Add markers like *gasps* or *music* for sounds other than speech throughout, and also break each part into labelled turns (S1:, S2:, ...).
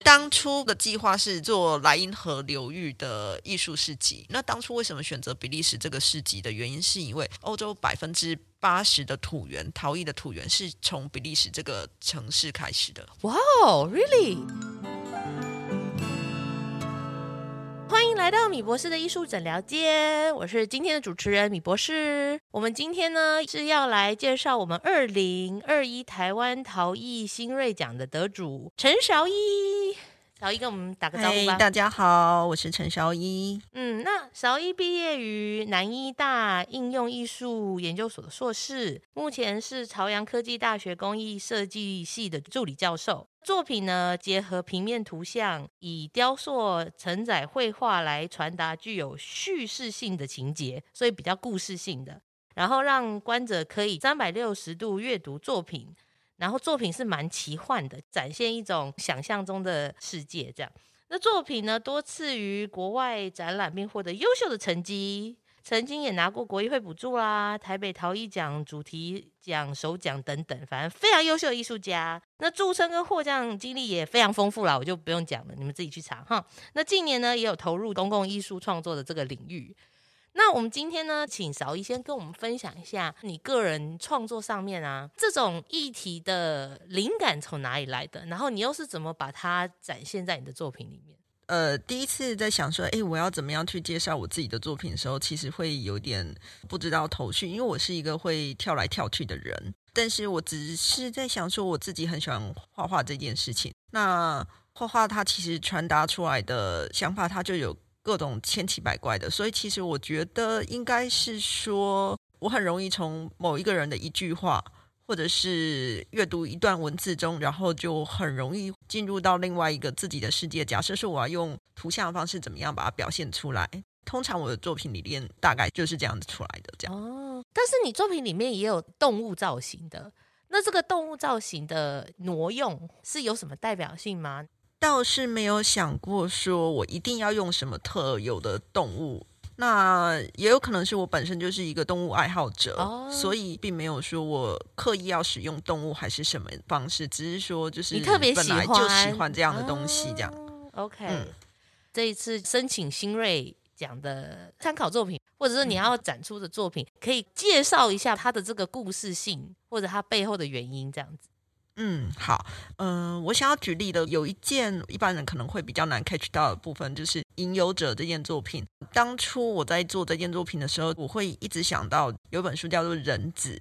S1: 当初的计划是做莱茵河流域的艺术市集。那当初为什么选择比利时这个市集的原因，是因为欧洲百分之八十的土源，陶艺的土源是从比利时这个城市开始的。
S2: 哇哦，really！欢迎来到米博士的艺术诊疗间，我是今天的主持人米博士。我们今天呢是要来介绍我们二零二一台湾陶艺新锐奖的得主陈韶一。韶一跟我们打个招呼吧。
S1: 大家好，我是陈韶一。
S2: 嗯，那韶一毕业于南医大应用艺术研究所的硕士，目前是朝阳科技大学工艺设计系的助理教授。作品呢，结合平面图像，以雕塑、承载绘画来传达具有叙事性的情节，所以比较故事性的，然后让观者可以三百六十度阅读作品，然后作品是蛮奇幻的，展现一种想象中的世界这样。那作品呢，多次于国外展览并获得优秀的成绩，曾经也拿过国艺会补助啦、台北陶艺奖主题奖、首奖等等，反正非常优秀的艺术家。那著称跟获奖经历也非常丰富啦，我就不用讲了，你们自己去查哈。那近年呢，也有投入公共艺术创作的这个领域。那我们今天呢，请韶一先跟我们分享一下你个人创作上面啊，这种议题的灵感从哪里来的，然后你又是怎么把它展现在你的作品里面？
S1: 呃，第一次在想说，诶，我要怎么样去介绍我自己的作品的时候，其实会有点不知道头绪，因为我是一个会跳来跳去的人。但是我只是在想说，我自己很喜欢画画这件事情。那画画它其实传达出来的想法，它就有各种千奇百怪的。所以其实我觉得应该是说，我很容易从某一个人的一句话，或者是阅读一段文字中，然后就很容易进入到另外一个自己的世界。假设是我要用图像的方式，怎么样把它表现出来？通常我的作品理念大概就是这样子出来的。这样，
S2: 哦，但是你作品里面也有动物造型的，那这个动物造型的挪用是有什么代表性吗？
S1: 倒是没有想过说我一定要用什么特有的动物。那也有可能是我本身就是一个动物爱好者
S2: 哦
S1: 所以并没有说我刻意要使用动物还是什么方式，只是说就是
S2: 你特别
S1: 本
S2: 喜
S1: 来
S2: 欢
S1: 就喜欢这样的东西，这样。
S2: 哦啊 OK，、
S1: 嗯
S2: 这一次申请新锐奖的参考作品，或者是你
S1: 嗯
S2: 要展出的作品，可以介绍一下它的这个故事性，或者它背后的原因，这样子。
S1: 嗯，好，嗯、我想要举例的有一件一般人可能会比较难 catch 到的部分，就是《吟游者》这件作品。当初我在做这件作品的时候，我会一直想到有一本书叫做《人子》，《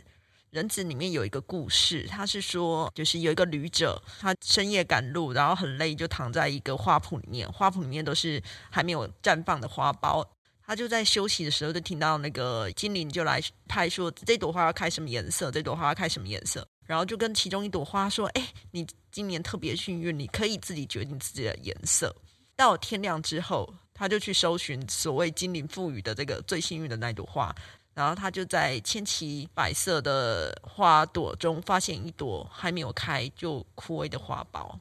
S1: 人子》里面有一个故事，他是说，就是有一个旅者，他深夜赶路，然后很累，就躺在一个花圃里面，花圃里面都是还没有绽放的花苞。他就在休息的时候，就听到那个精灵就来拍说这朵花要开什么颜色，这朵花要开什么颜色，然后就跟其中一朵花说：“哎，你今年特别幸运，你可以自己决定自己的颜色。”到天亮之后，他就去搜寻所谓精灵赋予的这个最幸运的那朵花，然后他就在千奇百色的花朵中发现一朵还没有开就枯萎的花苞。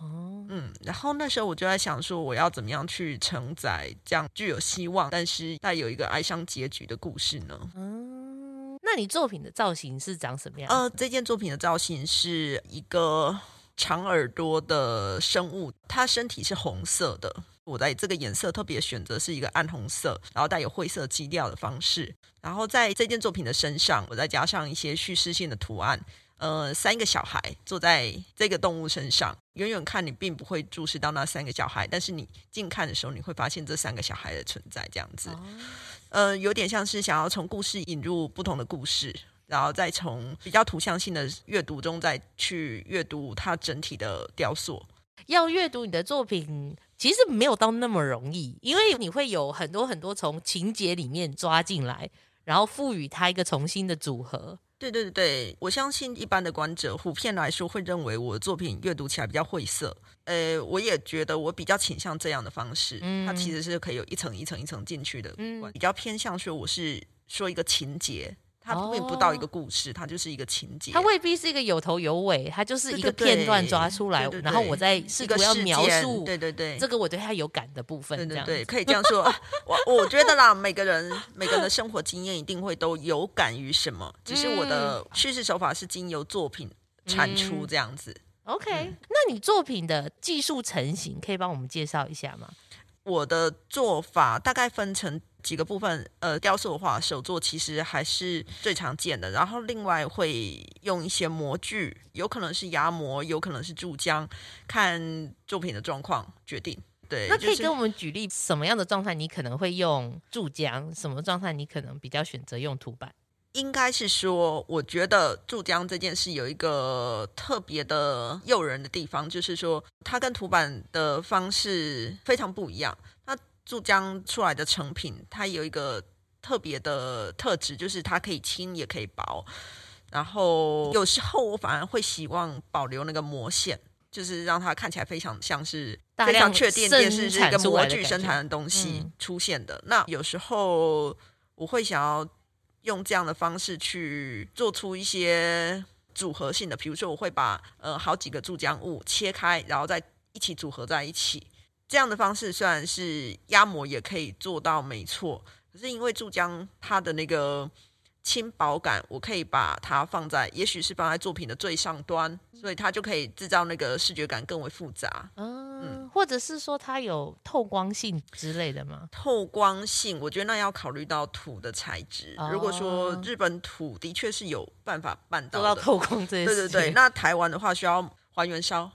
S2: 哦，
S1: 嗯，然后那时候我就在想说，我要怎么样去承载这样具有希望，但是带有一个哀伤结局的故事呢？
S2: 嗯，那你作品的造型是长什么样？
S1: 呃，这件作品的造型是一个长耳朵的生物，它身体是红色的。我在这个颜色特别选择是一个暗红色，然后带有灰色基调的方式。然后在这件作品的身上，我再加上一些叙事性的图案。呃，三个小孩坐在这个动物身上，远远看你并不会注视到那三个小孩，但是你近看的时候，你会发现这三个小孩的存在，这样子。
S2: 哦
S1: 呃，有点像是想要从故事引入不同的故事，然后再从比较图像性的阅读中再去阅读它整体的雕塑。
S2: 要阅读你的作品，其实没有到那么容易，因为你会有很多很多从情节里面抓进来，然后赋予它一个重新的组合。
S1: 对对对对，我相信一般的观者普遍来说会认为我的作品阅读起来比较晦涩。呃，我也觉得我比较倾向这样的方式，
S2: 嗯
S1: 它其实是可以有一层一层一层进去的，
S2: 嗯
S1: 比较偏向说我是说一个情节，它
S2: 哦
S1: 并不到一个故事，它就是一个情节，
S2: 它未必是一个有头有尾，它就是一个
S1: 对对对
S2: 片段抓出来，
S1: 对对对
S2: 然后我再试
S1: 是
S2: 图
S1: 个
S2: 要
S1: 事
S2: 描
S1: 件
S2: 述
S1: 对对对，
S2: 这个我对它有感的部分，
S1: 对
S2: 这
S1: 对
S2: 样
S1: 对，
S2: 子
S1: 可以这样说。 *laughs* 啊我我觉得啦，每个人每个人的生活经验一定会都有
S2: 嗯
S1: 感于什么，只是我的叙事手法是经由作品产出这样子。
S2: OK，、那你作品的技术成型可以帮我们介绍一下吗？
S1: 我的做法大概分成几个部分，呃，雕塑画手作其实还是最常见的，然后另外会用一些模具，有可能是压模，有可能是注浆，看作品的状况决定。对，
S2: 那可以
S1: 就是
S2: 跟我们举例什么样的状态你可能会用注浆，什么状态你可能比较选择用涂板？
S1: 应该是说，我觉得注浆这件事有一个特别的诱人的地方，就是说它跟涂板的方式非常不一样。那注浆出来的成品，它有一个特别的特质，就是它可以轻也可以薄。然后有时候我反而会希望保留那个模线，就是让它看起来非常像是
S2: 大
S1: 非常
S2: 量
S1: 确定这件事是一个
S2: 生产出
S1: 模
S2: 来的
S1: 具
S2: 感
S1: 生
S2: 觉
S1: 产的东西
S2: 嗯
S1: 出现的。那有时候我会想要用这样的方式去做出一些组合性的，比如说我会把呃好几个注浆物切开，然后再一起组合在一起。这样的方式虽然是压模也可以做到没错，可是因为注浆它的那个轻薄感，我可以把它放在，也许是放在作品的最上端，所以它就可以制造那个视觉感更为复杂。
S2: 嗯，或者是说它有透光性之类的吗？
S1: 透光性，我觉得那要考虑到土的材质。如果说
S2: 哦
S1: 日本土的确是有办法办
S2: 做
S1: 到
S2: 到
S1: 的，
S2: 透光这些
S1: 对对对。那台湾的话需要还原烧，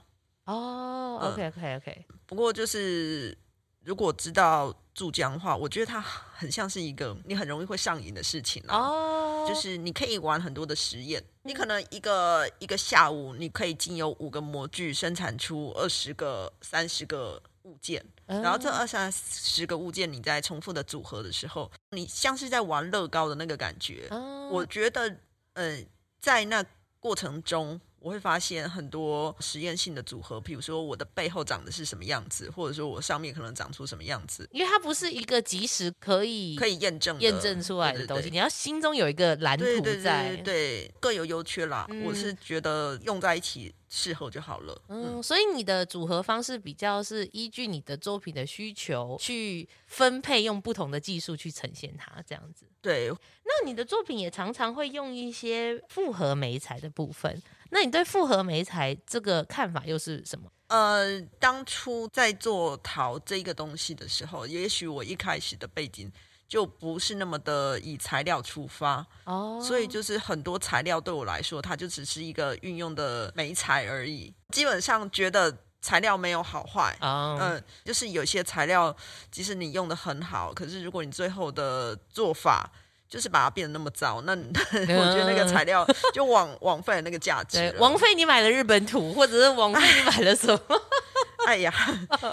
S2: 哦
S1: 嗯
S2: ，OK OK OK，
S1: 不过就是如果知道注浆的话，我觉得它很像是一个你很容易会上瘾的事情啊。
S2: 哦，嗯
S1: 就是你可以玩很多的实验，你可能一个一个下午，你可以经由五个模具生产出二十个、三十个物件，
S2: 嗯
S1: 然后这二三十个物件你在重复的组合的时候，你像是在玩乐高的那个感觉。
S2: 嗯
S1: 我觉得，呃，在那过程中，我会发现很多实验性的组合，比如说我的背后长的是什么样子，或者说我上面可能长出什么样子，
S2: 因为它不是一个及时可以
S1: 可以验证的
S2: 验证出来
S1: 对对
S2: 的东西，
S1: 对
S2: 你要心中有一个蓝
S1: 对
S2: 图
S1: 对
S2: 在。
S1: 对对对，各有优缺啦。
S2: 嗯
S1: 我是觉得用在一起适合就好了。嗯，
S2: 嗯，所以你的组合方式比较是依据你的作品的需求去分配，用不同的技术去呈现它，这样子。
S1: 对，
S2: 那你的作品也常常会用一些复合媒材的部分，那你对复合媒材这个看法又是什么？
S1: 呃，当初在做陶这个东西的时候，也许我一开始的背景就不是那么的以材料出发，
S2: 哦
S1: 所以就是很多材料对我来说，它就只是一个运用的媒材而已。基本上觉得材料没有好坏，
S2: 啊，
S1: 嗯，就是有些材料，即使你用的很好，可是如果你最后的做法就是把它变得那么糟，那 *laughs* 我觉得那个材料就枉枉费了那个价值
S2: 对，
S1: 了。
S2: 王菲你买了日本土，或者是王菲你买了什么？
S1: *laughs* 哎呀，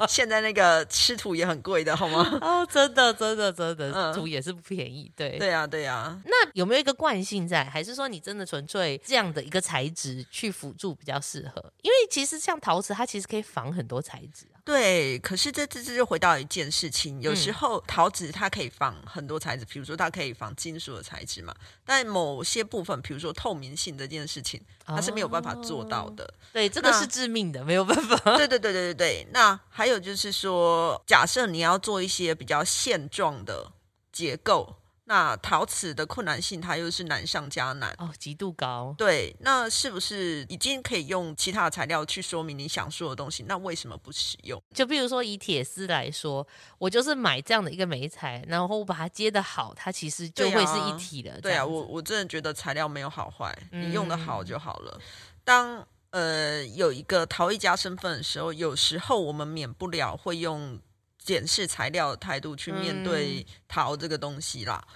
S1: 现在那个吃土也很贵的，好吗？
S2: *laughs* 哦，真的，真的，真
S1: 嗯
S2: 的，土也是不便宜，对。
S1: 对啊呀、对呀、
S2: 那有没有一个惯性在，还是说你真的纯粹这样的一个材质去辅助比较适合？因为其实像陶瓷，它其实可以防很多材质啊。
S1: 对。可是这这这就回到一件事情，有时候陶瓷它可以仿很多材质，比如说它可以仿金属的材质嘛，但某些部分，比如说透明性这件事情，它是没有办法做到的。
S2: 对，这个
S1: 那
S2: 是致命的，没有办法。
S1: 对对对对对对。那还有就是说，假设你要做一些比较线状的结构，那陶瓷的困难性它又是难上加难。
S2: 哦，极度高。
S1: 对，那是不是已经可以用其他的材料去说明你想说的东西？那为什么不使用？
S2: 就比如说以铁丝来说，我就是买这样的一个媒材，然后我把它接的好，它其实就
S1: 对
S2: 会
S1: 啊
S2: 是一体了。
S1: 对
S2: 这
S1: 啊，
S2: 样子
S1: 我我真的觉得材料没有好坏，
S2: 嗯
S1: 你用的好就好了。当呃有一个陶艺家身份的时候，有时候我们免不了会用检视材料的态度去面对陶这个东西啦。
S2: 嗯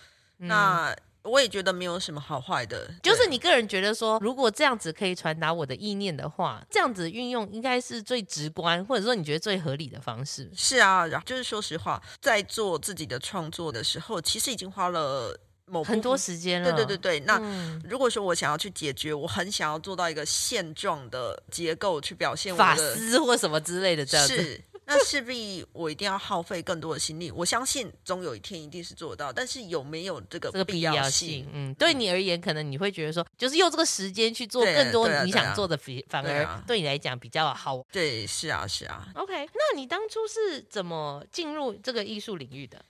S1: 那我也觉得没有什么好坏的，
S2: 就是
S1: 对啊
S2: 你个人觉得说，如果这样子可以传达我的意念的话，这样子运用应该是最直观，或者说你觉得最合理的方式。
S1: 是啊，然后就是说实话，在做自己的创作的时候，其实已经花了某部
S2: 很多
S1: 分
S2: 时间了，
S1: 对对对对，那。
S2: 嗯
S1: 如果说我想要去解决，我很想要做到一个线状的结构去表现我
S2: 法
S1: 的
S2: 师或什么之类的这样子。 *laughs*
S1: 是，那势必我一定要耗费更多的心力。我相信总有一天一定是做得到，但是有没有这个
S2: 这个必
S1: 必
S2: 要
S1: 性？
S2: 性，嗯，对你而言，可能你会觉得说，就是用这个时间去做
S1: 对啊
S2: 更多
S1: 对啊
S2: 你
S1: 对啊
S2: 想做的，反反
S1: 对啊
S2: 而对你来讲比较好。
S1: 对，是啊，是啊。
S2: OK，那你当初是怎么进入这个艺术领域的？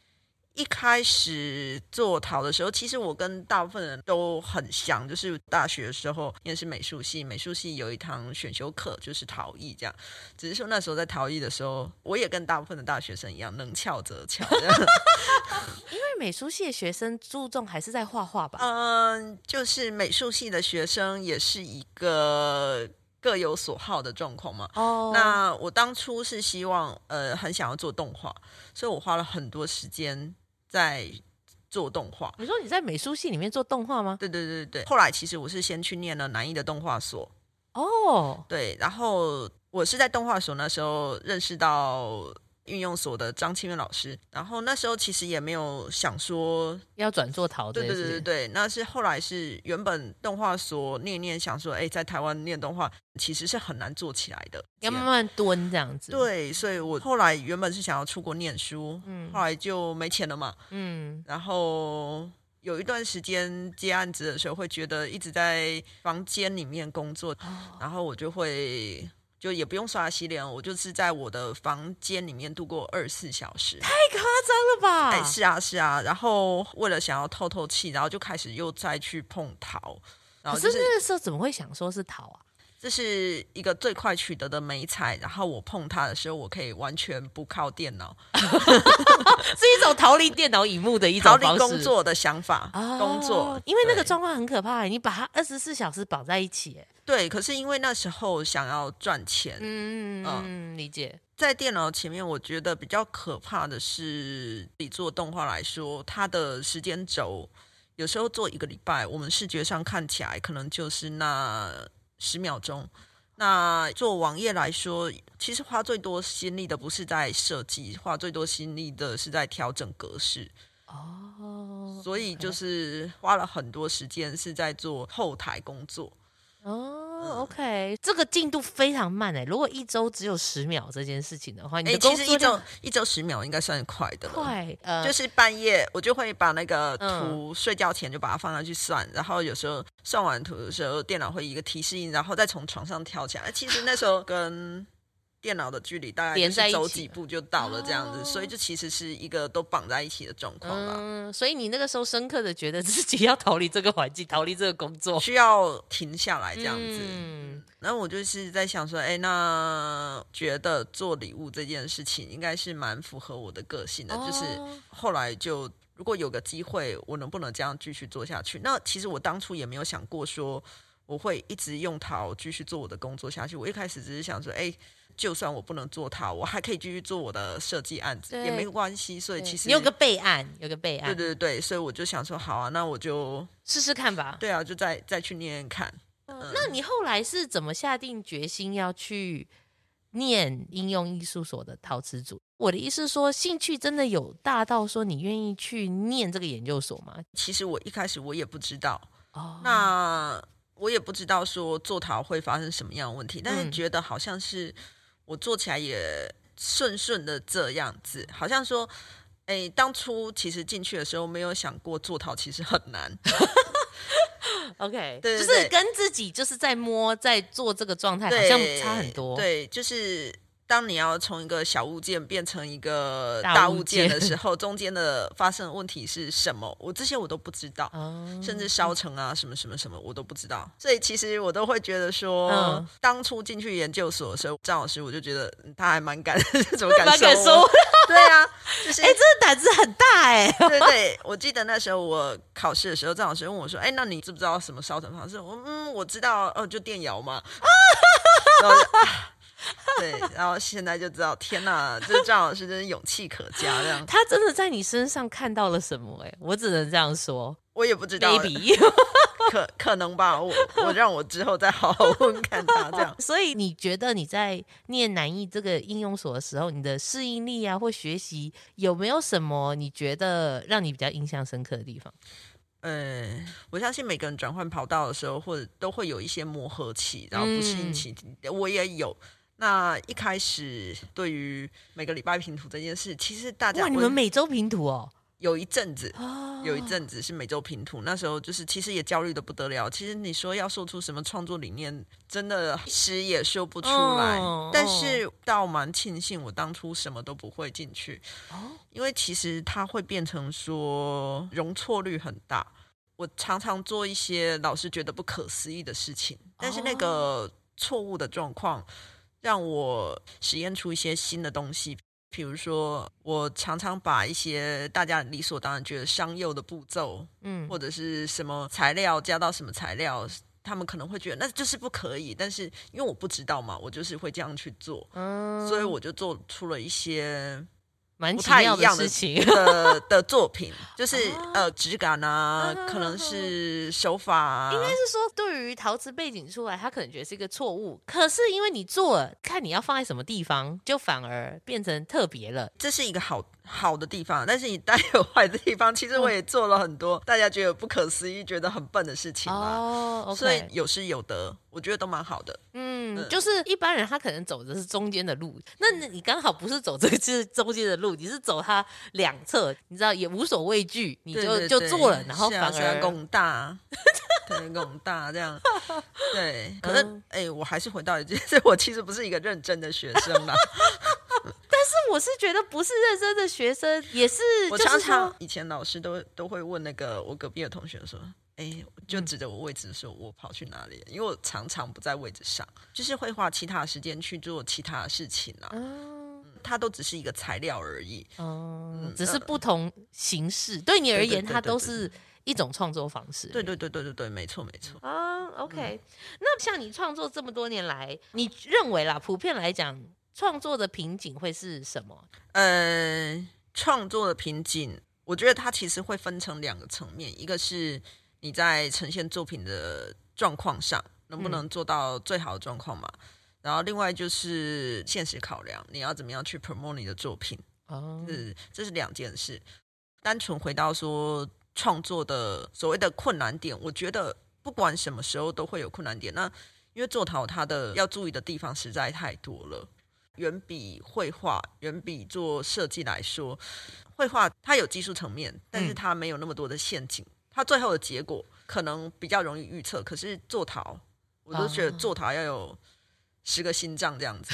S1: 一开始做陶的时候，其实我跟大部分人都很像，就是大学的时候也是美术系，美术系有一堂选修课就是陶艺这样。只是说那时候在陶艺的时候，我也跟大部分的大学生一样，能翘则翘。这样 *laughs*
S2: 因为美术系的学生注重还是在画画吧。
S1: 嗯，就是美术系的学生也是一个各有所好的状况嘛。
S2: 哦
S1: 那我当初是希望，呃，很想要做动画，所以我花了很多时间在做动画。
S2: 你说你在美术系里面做动画吗？
S1: 对对对对，后来其实我是先去念了南艺的动画所，
S2: 哦，
S1: 对，然后我是在动画所那时候认识到运用所的张清源老师，然后那时候其实也没有想说
S2: 要转做陶的，
S1: 对对对对对，那是后来是原本动画所念一念想说，哎，在台湾念动画其实是很难做起来的，
S2: 要慢慢蹲这样子。，
S1: 对，所以我后来原本是想要出国念书，
S2: 嗯
S1: 后来就没钱了嘛，
S2: 嗯，
S1: 然后。有一段时间接案子的时候，会觉得一直在房间里面工作，
S2: 哦
S1: 然后我就会就也不用刷牙洗脸，我就是在我的房间里面度过二十四小时。
S2: 太夸张了吧？
S1: 哎，是啊，是啊。然后为了想要透透气，然后就开始又再去碰陶，然后
S2: 可
S1: 就是是
S2: 那个时候怎么会想说是陶啊？
S1: 这是一个最快取得的美彩。然后我碰它的时候，我可以完全不靠电脑，
S2: *laughs* 是一种逃离电脑荧幕的一
S1: 逃
S2: 种
S1: 离
S2: 方式。
S1: 工作的想法，
S2: 啊
S1: 工作。
S2: 因为那个
S1: 对
S2: 状况很可怕，欸你把它二十四小时绑在一起。哎
S1: 对，可是因为那时候想要赚钱，
S2: 嗯嗯，理解。
S1: 在电脑前面，我觉得比较可怕的是，以做动画来说，它的时间轴有时候做一个礼拜，我们视觉上看起来可能就是那十秒钟。那做网页来说，其实花最多心力的不是在设计，花最多心力的是在调整格式，
S2: 哦，
S1: 所以就是花了很多时间是在做后台工作。嗯
S2: 哦，OK，这个进度非常慢哎。如果一周只有十秒这件事情的话，你
S1: 哎、
S2: 的
S1: 其
S2: 工
S1: 实
S2: 作
S1: 一周
S2: 量
S1: 一周十秒应该算快的了。
S2: 快，呃，
S1: 就是是半夜我就会把那个
S2: 嗯
S1: 图睡觉前就把它放上去算，然后有时候算完图的时候，电脑会一个提示音，然后再从床上跳起来。其实那时候跟电脑的距离大概
S2: 连
S1: 就
S2: 在
S1: 是
S2: 一
S1: 走
S2: 起
S1: 几步就到了这样子，
S2: 哦
S1: 所以就其实是一个都绑在一起的状况吧。
S2: 嗯，所以你那个时候深刻的觉得自己要逃离这个环境，逃离这个工作，
S1: 需要停下来这样子，
S2: 哦嗯
S1: 那我就是在想说，哎，那觉得做礼物这件事情应该是蛮符合我的个性的，就是
S2: 哦
S1: 后来就如果有个机会，我能不能这样继续做下去？那其实我当初也没有想过说我会一直用陶继续做我的工作下去。我一开始只是想说，哎、就算我不能做陶，我还可以继续做我的设计案子，
S2: 对
S1: 也没关系。所以
S2: 对
S1: 其实
S2: 你有个备案，有个备
S1: 对
S2: 案，
S1: 对对，所以我就想说，好啊，那我就
S2: 试试看吧。
S1: 对啊，嗯就再再去念念看。
S2: 那你后来是怎么下定决心要去念应用艺术所的陶瓷组？我的意思是说，兴趣真的有大到说你愿意去念这个研究所吗？
S1: 其实我一开始我也不知道，
S2: 哦，
S1: 那我也不知道说做陶会发生什么样的问题，但是
S2: 嗯
S1: 觉得好像是我做起来也顺顺的这样子，好像说，哎，当初其实进去的时候没有想过做陶其实很难，
S2: OK，
S1: 对对
S2: 就是
S1: 对
S2: 跟自己就是在摸在做这个状 *laughs* 态，好
S1: 对，
S2: 像差很多。，
S1: 对，就是当你要从一个小物件变成一个
S2: 大
S1: 大
S2: 物
S1: 物件的
S2: 件
S1: 时候，中间的发生的问题是什么？我这些我都不知道。
S2: 哦，
S1: 甚至烧成啊，什么什么什么，我都不知道。所以其实我都会觉得说，
S2: 嗯
S1: 当初进去研究所的时候，张老师我就觉得嗯他还蛮敢， *laughs* 怎么敢
S2: 蛮
S1: 收
S2: 敢
S1: 我？
S2: 收
S1: *laughs* 对啊，就是、
S2: *laughs* 哎、这个胆子很大哎、
S1: 对对，我记得那时候我考试的时候，张老师问我说：“哎，那你知不知道什么烧成方式？”我嗯，我知道，哦，就电窑嘛。然后我就啊对，然后现在就知道，天哪，这张老师真是勇气可嘉。这样
S2: *laughs* 他真的在你身上看到了什么、哎，我只能这样说
S1: 我也不知道，
S2: ，baby。
S1: 可可能吧，我我让我之后再好好问问看他这样。
S2: *laughs* 所以你觉得你在念南艺这个应用所的时候，你的适应力啊，或学习有没有什么你觉得让你比较印象深刻的地方？
S1: 呃，我相信每个人转换跑道的时候，或者都会有一些磨合期，然后不适应期，我也有。那一啊开始对于每个礼拜评图这件事，其实大家
S2: 哇，你
S1: 我
S2: 们每周评图哦，
S1: 有一阵子，
S2: 哦
S1: 有一阵子是每周拼图，那时候就是其实也焦虑的不得了。其实你说要说出什么创作理念，真的一时也说不出来。
S2: 嗯
S1: 但是倒蛮庆幸我当初什么都不会进去，
S2: 哦
S1: 因为其实它会变成说容错率很大。我常常做一些老师觉得不可思议的事情，但是那个错误的状况让我实验出一些新的东西。比如说，我常常把一些大家理所当然觉得商用的步骤，
S2: 嗯
S1: 或者是什么材料加到什么材料，他们可能会觉得那就是不可以。但是因为我不知道嘛，我就是会这样去做，
S2: 嗯
S1: 所以我就做出了一些
S2: 蛮
S1: 不
S2: 奇
S1: 太
S2: 妙
S1: 一样
S2: 事
S1: 的
S2: 情
S1: 的的作品，就是
S2: 啊
S1: 呃质感啊，可能是手法啊
S2: 应。该是说，对于陶瓷背景出来，他可能觉得是一个错误，可是因为你做了，看你要放在什么地方，就反而变成特别了。
S1: 这是一个好好的地方，但是你带有坏的地方，其
S2: 嗯
S1: 实我也做了很多大家觉得不可思议、觉得很笨的事情啊。
S2: 哦，OK，
S1: 所以有失有得，我觉得都蛮好的。
S2: 嗯，
S1: 嗯
S2: 就是一般人他可能走的是中间的路，那你你刚好不是走这个是中间的路，你是走它两侧，你知道也无所畏惧，你就
S1: 对对
S2: 就
S1: 对
S2: 做了，然后
S1: 是
S2: 反
S1: 啊是啊
S2: 而、
S1: 拱
S2: *laughs*
S1: 大，对，拱大这样。对，可是
S2: 嗯
S1: 哎、我还是回到一句，就是我其实不是一个认真的学生啦。
S2: 但我是觉得不是认真的学生也是，
S1: 我
S2: 就是
S1: 常
S2: 说
S1: 常以前老师都都会问那个我隔壁的同学说：“哎，
S2: 嗯
S1: 就指着我位置说我跑去哪里？”因为我常常不在位置上，就是会花其他的时间去做其他的事情啊。
S2: 嗯
S1: 它都只是一个材料而已。
S2: 嗯
S1: 嗯，
S2: 只是
S1: 呃
S2: 不同形式，对你而
S1: 对对
S2: 言，
S1: 对
S2: 它
S1: 对
S2: 都
S1: 对
S2: 是一种创作方式。
S1: 对对对对对对，没错没错。
S2: 啊，OK，、那像你创作这么多年来，你认为啦，普遍来讲，创作的瓶颈会是什么？
S1: 呃，创作的瓶颈，我觉得它其实会分成两个层面，一个是你在呈现作品的状况上能不能做到最好的状况嘛，然后另外就是现实考量，你要怎么样去 promote 你的作品，
S2: 哦，
S1: 是这是两件事。单纯回到说创作的所谓的困难点，我觉得不管什么时候都会有困难点。那因为做陶它的要注意的地方实在太多了，远比绘画、远比做设计来说，绘画它有技术层面，但是
S2: 嗯
S1: 它没有那么多的陷阱，它最后的结果可能比较容易预测。可是做陶，我都觉得
S2: 啊
S1: 做陶要有十个心脏这样
S2: *laughs*
S1: 子，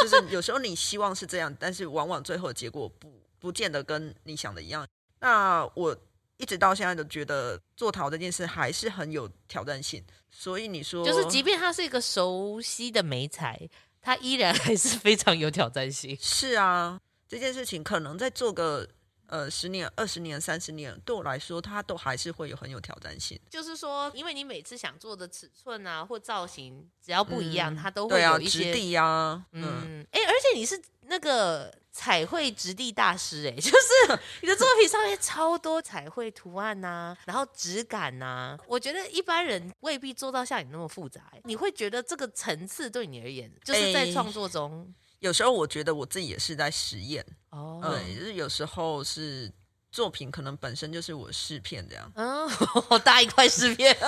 S1: 就是有时候你希望是这样，但是往往最后的结果不不见得跟你想的一样。那我一直到现在都觉得做陶这件事还是很有挑战性，所以你说
S2: 就是即便它是一个熟悉的美材，它依然还是非常有挑战性。 *laughs*
S1: 是啊，这件事情可能再做个呃十年、二十年、三十年，对我来说，它都还是会有很有挑战性。
S2: 就是说，因为你每次想做的尺寸啊或造型，只要不一样，
S1: 嗯
S2: 它都会
S1: 对啊，
S2: 有一
S1: 质
S2: 些。
S1: 地啊，嗯
S2: 嗯，哎、而且你是那个彩绘质地大师、哎， *laughs* 就是你的作品上面超多彩绘图案呐、然后质感呐、我觉得一般人未必做到像你那么复杂、哎你会觉得这个层次对你而言，就是在
S1: 哎
S2: 创作中、
S1: 有时候我觉得我自己也是在实验，
S2: 哦，
S1: 对，就是有时候是作品可能本身就是我试片这样。
S2: 嗯，好大一块石片。 *laughs*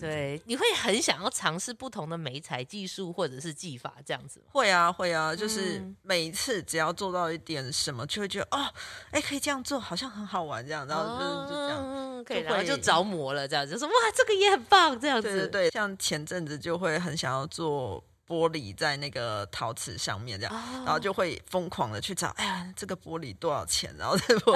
S2: 对，你会很想要尝试不同的美材技术或者是技法这样子吗？
S1: 会啊，会啊，就是
S2: 嗯
S1: 每一次只要做到一点什么，就会觉得哦，哎，可以这样做，好像很好玩这样，然后就是就这样。
S2: 嗯，可以，
S1: 就
S2: 然后
S1: 会
S2: 就着魔了，这样子就说哇，这个也很棒，这样子。
S1: 对对对，像前阵子就会很想要做玻璃在那个陶瓷上面这样，
S2: 哦
S1: 然后就会疯狂的去找，哎呀，这个玻璃多少钱？然后这
S2: *laughs*
S1: 个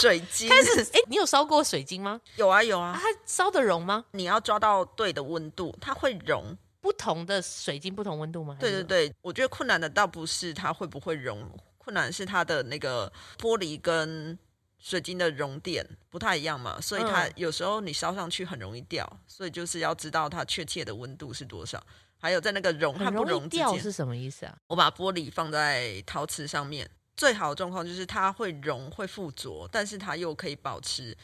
S1: 水晶
S2: 开始，哎，你有烧过水晶吗？
S1: 有啊有
S2: 啊，
S1: 啊，
S2: 它烧得溶吗？
S1: 你要抓到对的温度，它会溶。
S2: 不同的水晶不同温度吗？还
S1: 对
S2: 是
S1: 对对，我觉得困难的倒不是它会不会溶，困难是它的那个玻璃跟水晶的熔点不太一样嘛，所以它
S2: 嗯
S1: 有时候你烧上去很容易掉，所以就是要知道它确切的温度是多少。还有在那个溶
S2: 很
S1: 和不
S2: 容
S1: 溶
S2: 易
S1: 之
S2: 掉
S1: 间，
S2: 是什么意思啊？
S1: 我把玻璃放在陶瓷上面，最好的状况就是它会溶会附着，但是它又可以保持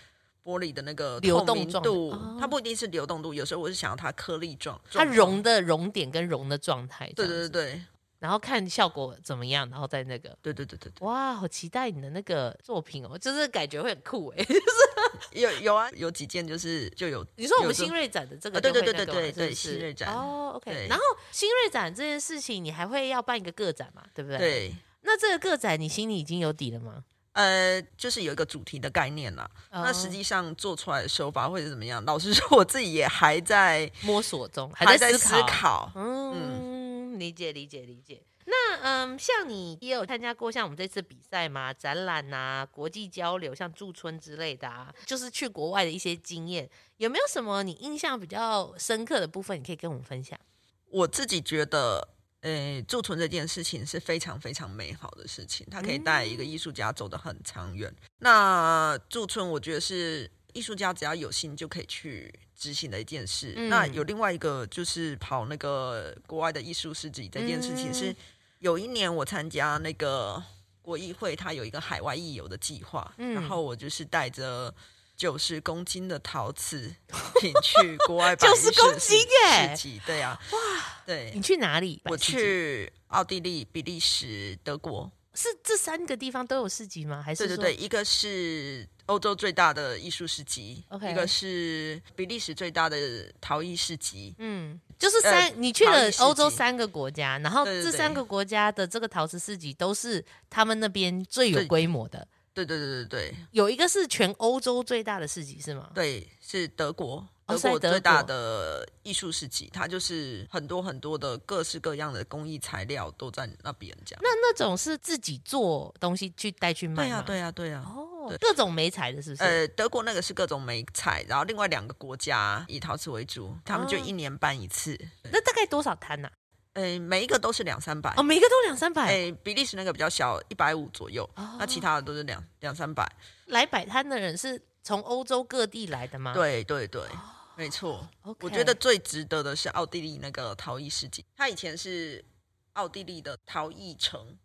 S1: 玻璃的那个
S2: 流
S1: 透
S2: 动
S1: 明
S2: 状
S1: 度，
S2: 哦
S1: 它不一定是流动度，有时候我是想要它颗粒状，
S2: 它
S1: 状
S2: 溶的熔点跟溶的状态，
S1: 对对对，对
S2: 然后看效果怎么样，然后再那个。
S1: 对对对对对。
S2: 哇，好期待你的那个作品哦，就是感觉会很酷哎。
S1: 有有啊，有几件就是就有。
S2: *laughs* 你说我们
S1: 有这
S2: 新锐展的这个
S1: 啊对
S2: 就会
S1: 对
S2: 那
S1: 对
S2: 个
S1: 对
S2: 嘛
S1: 对对
S2: 是不是
S1: 新锐展
S2: 哦，OK。
S1: 对
S2: 然后新锐展这件事情，你还会要办一个个展嘛，对不对？。
S1: 对，
S2: 那这个个展，你心里已经有底了吗？
S1: 呃，就是有一个主题的概念啦。
S2: 哦
S1: 那实际上做出来的手法会是怎么样？老实说，我自己也还在
S2: 摸索中，
S1: 还在
S2: 在思
S1: 思考。
S2: 嗯，理解理解理解。那嗯，像你也有参加过像我们这次比赛嘛，展览呐、国际交流，像驻村之类的啊，就是去国外的一些经验，有没有什么你印象比较深刻的部分，你可以跟我们分享？
S1: 我自己觉得，呃，驻存这件事情是非常非常美好的事情，它可以带
S2: 嗯
S1: 一个艺术家走得很长远。那驻存，我觉得是艺术家只要有心就可以去执行的一件事。
S2: 嗯
S1: 那有另外一个就是跑那个国外的艺术市集这件事情
S2: 嗯
S1: 是，有一年我参加那个国议会，它有一个海外艺游的计划，
S2: 嗯
S1: 然后我就是带着。九十公斤的陶瓷 *laughs* 品去国
S2: *laughs*
S1: 外摆
S2: 90公斤耶
S1: 市集，对啊，对
S2: 你，去哪里？
S1: 我
S2: 百事集
S1: 去奥地利、比利时、德国，
S2: 是这三个地方都有市集吗？还是
S1: 对对
S2: 说
S1: 对，一个是欧洲最大的艺术市集
S2: OK
S1: 一个是比利时最大的陶艺市集，
S2: 嗯，就是三，
S1: 呃
S2: 你去了
S1: 陶瓷市
S2: 欧洲
S1: 集
S2: 三个国家，然后
S1: 对对
S2: 这
S1: 对
S2: 三个国家的这个陶瓷市集都是他们那边最有
S1: 最
S2: 规模的，
S1: 对对对对对
S2: 有一个是全欧洲最大的市集是吗？
S1: 对，是德国。
S2: 哦
S1: 德
S2: 是在
S1: 国
S2: 德
S1: 最大
S2: 国
S1: 的艺术市集，它就是很多很多的各式各样的工艺材料都在那边这样。
S2: 那那种是自己做东西去带去卖
S1: 对呀、啊
S2: 吗
S1: 对呀、对呀、
S2: 哦
S1: 对，
S2: 各种美材的是不是？
S1: 呃，德国那个是各种美彩，然后另外两个国家以陶瓷为主，他们就
S2: 哦
S1: 一年办一次。
S2: 那大概多少摊呐、
S1: 呃，每一个都是两三百
S2: 哦，。每个都两三百。
S1: 哎、比利时那个比较小，一百五左右，
S2: 哦
S1: 那其他的都是两两三百。
S2: 来摆摊的人是从欧洲各地来的吗？
S1: 对对对，没错。
S2: 啊哦 OK，
S1: 我觉得最值得的是奥地利那个陶艺市集，它以前是奥地利的陶艺城，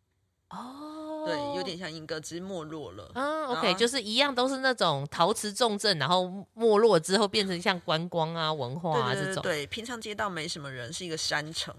S2: 哦，
S1: 对，有点像英歌，只是没落了。
S2: 嗯
S1: 然
S2: ，OK，
S1: 后
S2: 就是一样都是那种陶瓷重镇，然后没落之后变成像观光啊、文化啊
S1: 对对
S2: 这
S1: 对
S2: 种。
S1: 对，平常街道没什么人，是一个山城，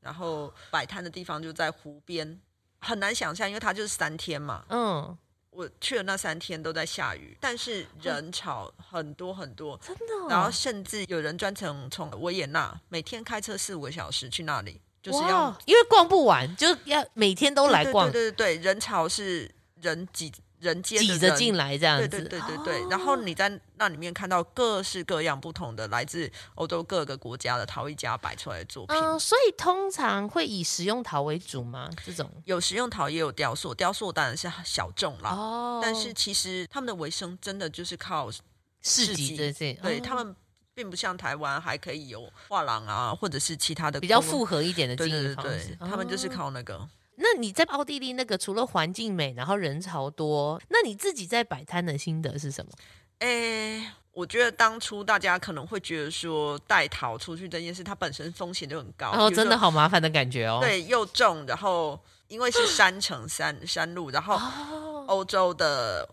S1: 然后摆摊的地方就在湖边，很难想象，因为它就是三天嘛，
S2: 嗯，
S1: 我去的那三天都在下雨，但是人潮很多很多，
S2: 真的哦、
S1: 然后甚至有人专程从维也纳每天开车四五个小时去那里，就是要
S2: 哇因为逛不完，就要每天都
S1: 对
S2: 来
S1: 对
S2: 逛，
S1: 对对对，人潮是人挤人接
S2: 挤着进
S1: 来。
S2: 来这样
S1: 对
S2: 子。
S1: 对对对对，然后你在那里面看到各式各样不同的来自欧洲各个国家的陶艺家摆出来的作品，
S2: 嗯、所以通常会以食用陶为主吗？这种
S1: 有实用陶也有雕塑，雕塑当然是小众啦，啊
S2: 哦
S1: 但是其实他们的维生真的就是靠
S2: 市
S1: 市
S2: 集
S1: 集
S2: 这些，
S1: 对、
S2: 哦
S1: 他们并不像台湾还可以有画廊啊，或者是其他的
S2: 比较
S1: 公
S2: 复合一点的经
S1: 对对
S2: 营
S1: 对
S2: 方
S1: 对
S2: 式，。
S1: 他们就是
S2: 哦
S1: 靠那个。
S2: 那你在奥地利那个，除了环境美，然后人潮多，那你自己在摆摊的心得是什么？
S1: 诶、我觉得当初大家可能会觉得说带逃出去这件事，它本身风险就很高，
S2: 然后
S1: 比如
S2: 哦真的
S1: 说
S2: 好麻烦的感觉哦。，
S1: 对又重，然后因为是山城山山路，然后
S2: 哦
S1: 欧洲的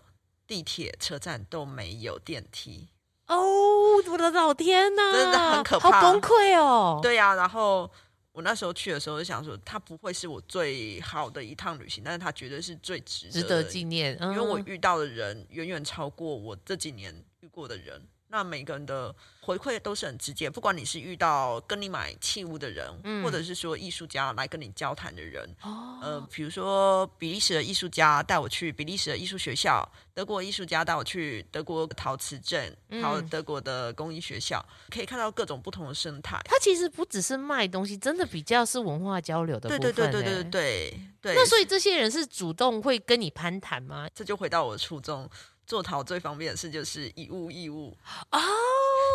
S1: 地铁车站都没有电梯。
S2: 哦，我的老天呐，
S1: 真的很可
S2: 好
S1: 怕
S2: 崩溃哦。，
S1: 对呀、然后我那时候去的时候就想说，它不会是我最好的一趟旅行，但是它绝对是最值
S2: 值
S1: 得嗯
S2: 得
S1: 的
S2: 纪念，因
S1: 因为我遇到的人远远超过我这几年遇过的人。那每个人的回馈都是很直接，不管你是遇到跟你买器物的人，
S2: 嗯
S1: 或者是说艺术家来跟你交谈的人，
S2: 哦，
S1: 呃，比如说比利时的艺术家带我去比利时的艺术学校，德国艺术家带我去德国陶瓷镇，还有
S2: 嗯
S1: 德国的工艺学校，可以看到各种不同的生态。
S2: 它其实不只是卖东西，真的比较是文化交流的部
S1: 对
S2: 分。欸
S1: 对对对对对。对对，
S2: 那所以这些人是主动会跟你攀谈吗？
S1: 这就回到我的初衷，做陶最方便的事就是以物易物。
S2: 哦，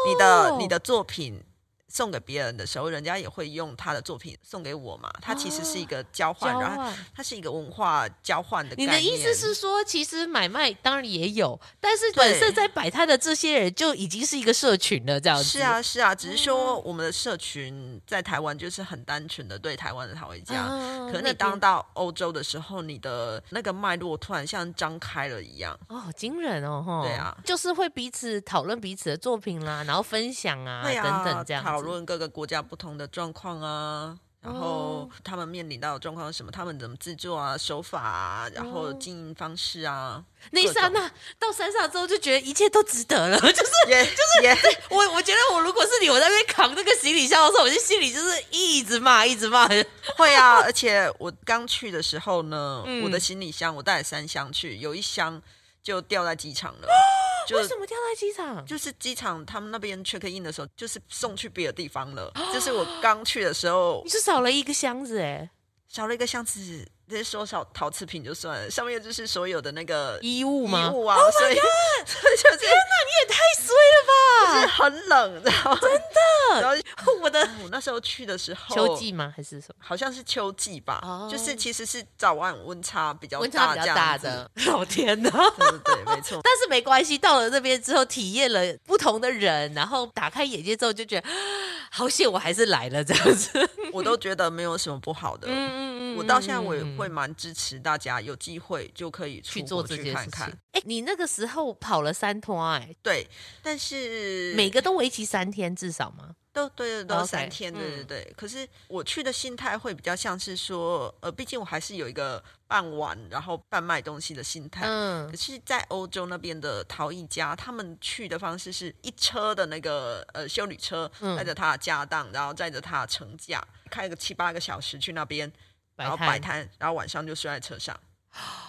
S1: 你的你的作品送给别人的时候，人家也会用他的作品送给我嘛。它其实是一个交换，
S2: 哦交
S1: 然后
S2: 换。
S1: 它是一个文化交换的概
S2: 你
S1: 啊念。
S2: 的意思是说，其实买卖当然也有，但是本身
S1: 对
S2: 在摆摊的这些人就已经是一个社群了，这样子。
S1: 是啊，，是啊，只是
S2: 哦
S1: 说我们的社群在台湾就是很单纯的对台湾的陶艺家，
S2: 啊
S1: 可
S2: 那
S1: 你当
S2: 边
S1: 到欧洲的时候，你的那个脉络突然像张开了一样。
S2: 哦，好惊人哦，哈。
S1: 对啊
S2: 就是会彼此讨论彼此的作品啦，然后分享啊，
S1: 对啊，
S2: 等等这样子。
S1: 讨论各个国家不同的状况啊，然
S2: 哦
S1: 后他们面临到的状况是什么，他们怎么制作啊、手法啊，然后
S2: 哦
S1: 经营方式啊，
S2: 那一刹那到山上之后，就觉得一切都值得了。 *laughs* 就是
S1: 也就是也
S2: 我，我觉得我如果是你，我在那边扛这个行李箱的时候，我就心里就是一直骂，一直骂。
S1: *laughs* 会啊。而且我刚去的时候呢，
S2: 嗯
S1: 我的行李箱我带了三箱去，有一箱就掉在机场
S2: *gasps*
S1: 了，就
S2: 为什么掉在机场？
S1: 就是机场他们那边 check in 的时候，就是送去别的地方了。
S2: 啊
S1: 就是我刚去的时候
S2: 你，就少了一个箱子哎，
S1: 少了一个箱子，那说少陶瓷瓶就算了，上面就是所有的那个
S2: 衣物
S1: 衣
S2: 吗？
S1: 物啊，所以 *laughs* 所以就是
S2: 也太
S1: 就是
S2: 衰了吧！
S1: 很冷，然后真的，然后
S2: *laughs* 我的
S1: 我那时候去的时候，
S2: *laughs* 秋季吗？还是什么？
S1: 好像是秋季吧，
S2: 哦
S1: 就是其实是早晚温差比较
S2: 温差
S1: 大，
S2: 比较大
S1: 这样
S2: 的， *laughs* 老天呐！
S1: 子，对对对，没
S2: *laughs*
S1: 错。
S2: 但是没关系，到了这边之后，体验了不同的人，然后打开眼界之后，就觉得啊 *gasps* 好险，我还是来了这样子。
S1: 我都觉得没有什么不好的。
S2: 嗯 *laughs*
S1: 我到现在我也会
S2: 嗯
S1: 蛮支持大家有机会就可以出
S2: 去
S1: 国
S2: 做这
S1: 去
S2: 件
S1: 看
S2: 事情
S1: 看。。
S2: 哎、你那个时候跑了三趟、哎，
S1: 对，但是
S2: 每个都为期三天至少吗？
S1: 都对对都
S2: OK，
S1: 三天，对对
S2: 嗯
S1: 对。可是我去的心态会比较像是说，呃，毕竟我还是有一个半玩然后半卖东西的心态。
S2: 嗯
S1: 可，是，在欧洲那边的陶艺家，他们去的方式是一车的那个呃修理车，
S2: 嗯
S1: 带着他的家当，然后载着他的成架，开个七八个小时去那边，然后
S2: 摊
S1: 摆摊，然后晚上就睡在车上，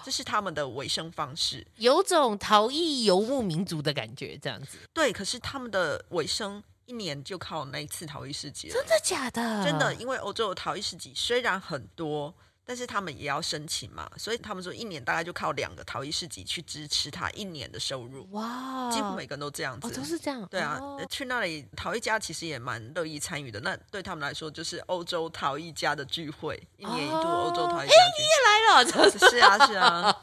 S1: 这是他们的维生方式。
S2: 有种逃逸游牧民族的感觉，这样子，
S1: 对，可是他们的维生一年就靠那一次陶艺世界了，
S2: 真的假的？
S1: 真的，因为欧洲的陶艺市集虽然很多，但是他们也要申请嘛，所以他们说一年大概就靠两个陶艺市集去支持他一年的收入，
S2: 哇，
S1: 几乎每个人都这样子。
S2: 嗯哦都是这样，
S1: 对啊，
S2: 哦
S1: 呃去那里陶艺家其实也蛮乐意参与的。那对他们来说，就是欧洲陶艺家的聚会，一年一度的欧洲陶艺家聚
S2: *laughs* 来了，这
S1: 会。是啊，是
S2: *laughs*
S1: 啊，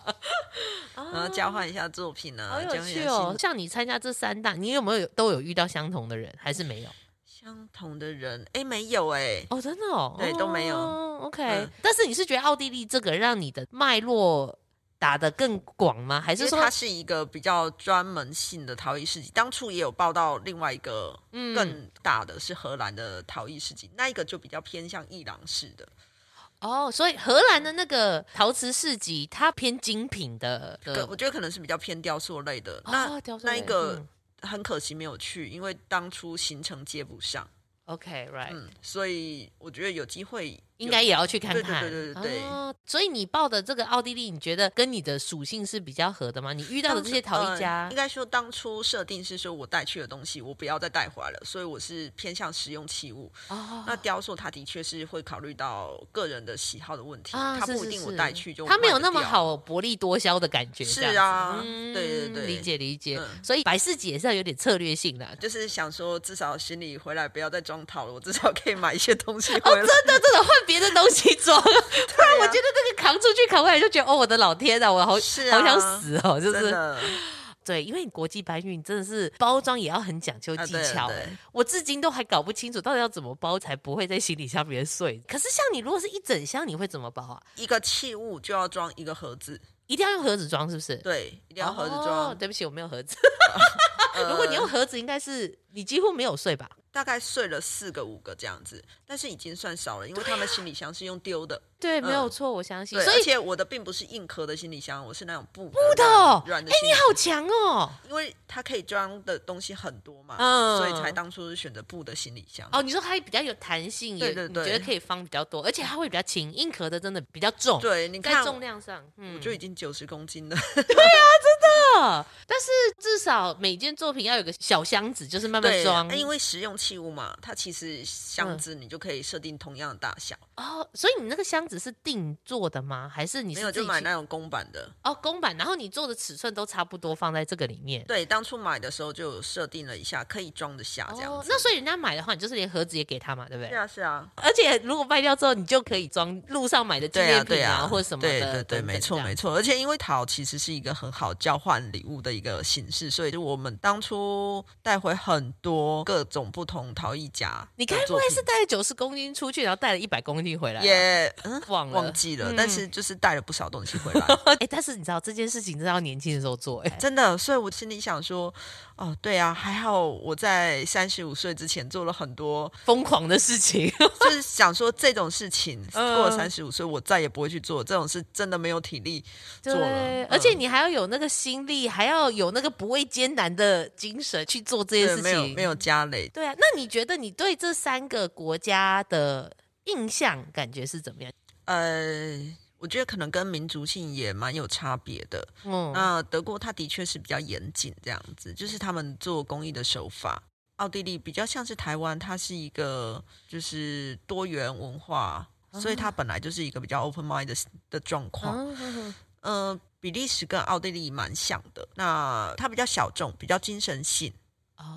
S1: 然后
S2: 啊
S1: 交换一下作品啊，
S2: 好
S1: 交
S2: 有
S1: 换一
S2: 趣
S1: 下
S2: 哦
S1: 心！
S2: 像你参加这三大，你有没有都有遇到相同的人，还是没有？
S1: 相同的人，哎，没有哎，
S2: 哦，真的哦，
S1: 对都没有
S2: 哦 OK，、
S1: 嗯
S2: 但是你是觉得奥地利这个让你的脉络打得更广吗？还
S1: 因
S2: 是
S1: 为
S2: 说
S1: 它是一个比较专门性的陶艺市集。当初也有报道另外一个
S2: 嗯
S1: 更大的是荷兰的陶艺市集，那一个就比较偏向伊朗式的。
S2: 哦，所以荷兰的那个陶瓷市集，它偏精品的，
S1: 可
S2: 的
S1: 我觉得可能是比较偏雕塑类的。
S2: 呃哦
S1: 那
S2: 雕塑
S1: 那
S2: 类
S1: 一个
S2: 嗯
S1: 很可惜没有去，因为当初行程接不上。
S2: OK right，、
S1: 嗯，所以我觉得有机会
S2: 哎应该
S1: 有
S2: 也要去看
S1: 对对
S2: 看。
S1: 对对对对
S2: 哦，所以你报的这个奥地利，你觉得跟你的属性是比较合的吗？你遇到的这些
S1: 当初
S2: 陶艺家
S1: 呃应，该说当初设定是说我带去的东西我不要再带回来了，所以我是偏向实用器物。
S2: 哦
S1: 那雕塑它的确是会考虑到个人的喜好的问题，
S2: 啊，
S1: 它
S2: 是
S1: 不一
S2: 是
S1: 定我
S2: 是
S1: 带去就
S2: 它没有
S1: 卖得
S2: 那么
S1: 掉。
S2: 好薄利多销的感觉。
S1: 是
S2: 这样子
S1: 啊
S2: 嗯
S1: 对对对
S2: 理解理解。
S1: 嗯
S2: 所以百事姐也是要有点策略性的。
S1: 就是想说，至少行李回来不要再装套了，我至少可以买一些东西回
S2: 哦，
S1: 来。
S2: 真的真的换别的东西装， *laughs* 不然我
S1: 啊
S2: 觉得这个扛出去扛回来就觉得哦，我的老天啊，我好、
S1: 是
S2: 好
S1: 啊
S2: 想死哦，就
S1: 真
S2: 是
S1: 的，
S2: 对，因为你国际搬运真的是包装也要很讲究
S1: 啊
S2: 技
S1: 对啊
S2: 巧、
S1: 对
S2: 欸我至今都还搞不清楚到底要怎么包才不会在行李箱里面碎。可是像你如果是一整箱，你会怎么包啊？
S1: 一个器物就要装一个盒子，
S2: 一定要用盒子装是不是？
S1: 对，一定要盒子
S2: 哦
S1: 装。
S2: 对不起，我没有盒
S1: *laughs*
S2: 子。
S1: 呃嗯
S2: 如果你用盒子，应该是你几乎没有碎吧？
S1: 大概碎了四个五个这样子，但是已经算少了，因为他们行李箱是用丢的，
S2: 对，没有
S1: 嗯
S2: 错，我相信。
S1: 对，
S2: 所
S1: 而
S2: 以
S1: 且我的并不是硬壳的行李箱，我是那种布布
S2: 不的哦，哎、
S1: 软的行
S2: 你
S1: 李
S2: 好强哦！
S1: 因为它可以装的东西很多嘛，
S2: 嗯
S1: 所以才当初是选择布的行李箱。
S2: 哦，你说它比较有弹性，也
S1: 对对
S2: 你
S1: 对
S2: 觉得可以放比较多，而且它会比较轻，硬壳的真的比较重。，
S1: 对，你
S2: 在
S1: 看，
S2: 重量上，嗯
S1: 我就已经九十公斤了。
S2: 啊，但是至少每件作品要有个小箱子，就是慢慢
S1: 对，
S2: 嗯
S1: 啊
S2: 装。嗯
S1: 因为实用器物嘛，它其实箱子你就可以设定同样的大小，
S2: 哦，所以你那个箱子是定做的吗？还是你
S1: 没
S2: 是
S1: 有
S2: 自
S1: 就
S2: 己
S1: 买
S2: 去
S1: 那种公版的。
S2: 哦公版，然后你做的尺寸都差不多放在这个里面。
S1: 对，当初买的时候就有设定了一下，可以装得下这样
S2: 哦，
S1: 子。
S2: 那所以人家买的话，你就是连盒子也给他嘛，对不对？
S1: 是啊，是啊，
S2: 而且如果卖掉之后，你就可以装路上买的纪
S1: 对啊，
S2: 念品
S1: 对啊，
S2: 或者什么的。
S1: 对对对，
S2: 等等
S1: 没错
S2: 这样
S1: 没错。而且因为陶其实是一个很好交换礼物的一个形式，所以就我们当初带回很多各种不同陶艺家的作品。啊
S2: 你该不会是带了九十公斤出去，然后带了一百公东西回来啊，
S1: 也嗯
S2: 忘了
S1: 忘。记了，但是就是带了不少东西回
S2: *laughs*
S1: 来，
S2: 哎、但是你知道这件事情，真的要年轻的时候做、哎，
S1: 真的。所以我心里想说，哦，对啊，还好我在三十五岁之前做了很多，
S2: 疯狂的事情。
S1: 就是想说这种事情过
S2: *laughs* 嗯
S1: 了三十五岁，我再也不会去做这种事，真的没有体力 *laughs* 做了。
S2: 对，
S1: 嗯
S2: 而且你还要有那个心力，还要有那个不畏艰难的精神去做这件
S1: 对
S2: 事
S1: 没有
S2: 情。
S1: 没有加累，
S2: 对啊，那你觉得你对这三个国家的印象感觉是怎么样？
S1: 呃。我觉得可能跟民族性也蛮有差别的。
S2: 嗯，
S1: 那呃德国它的确是比较严谨，这样子，就是他们做公益的手法。奥地利比较像是台湾，它是一个就是多元文化，所以它
S2: 哦
S1: 本来就是一个比较 open mind 的的状况。
S2: 嗯
S1: 呃，比利时跟奥地利蛮像的，那它比较小众，比较精神性。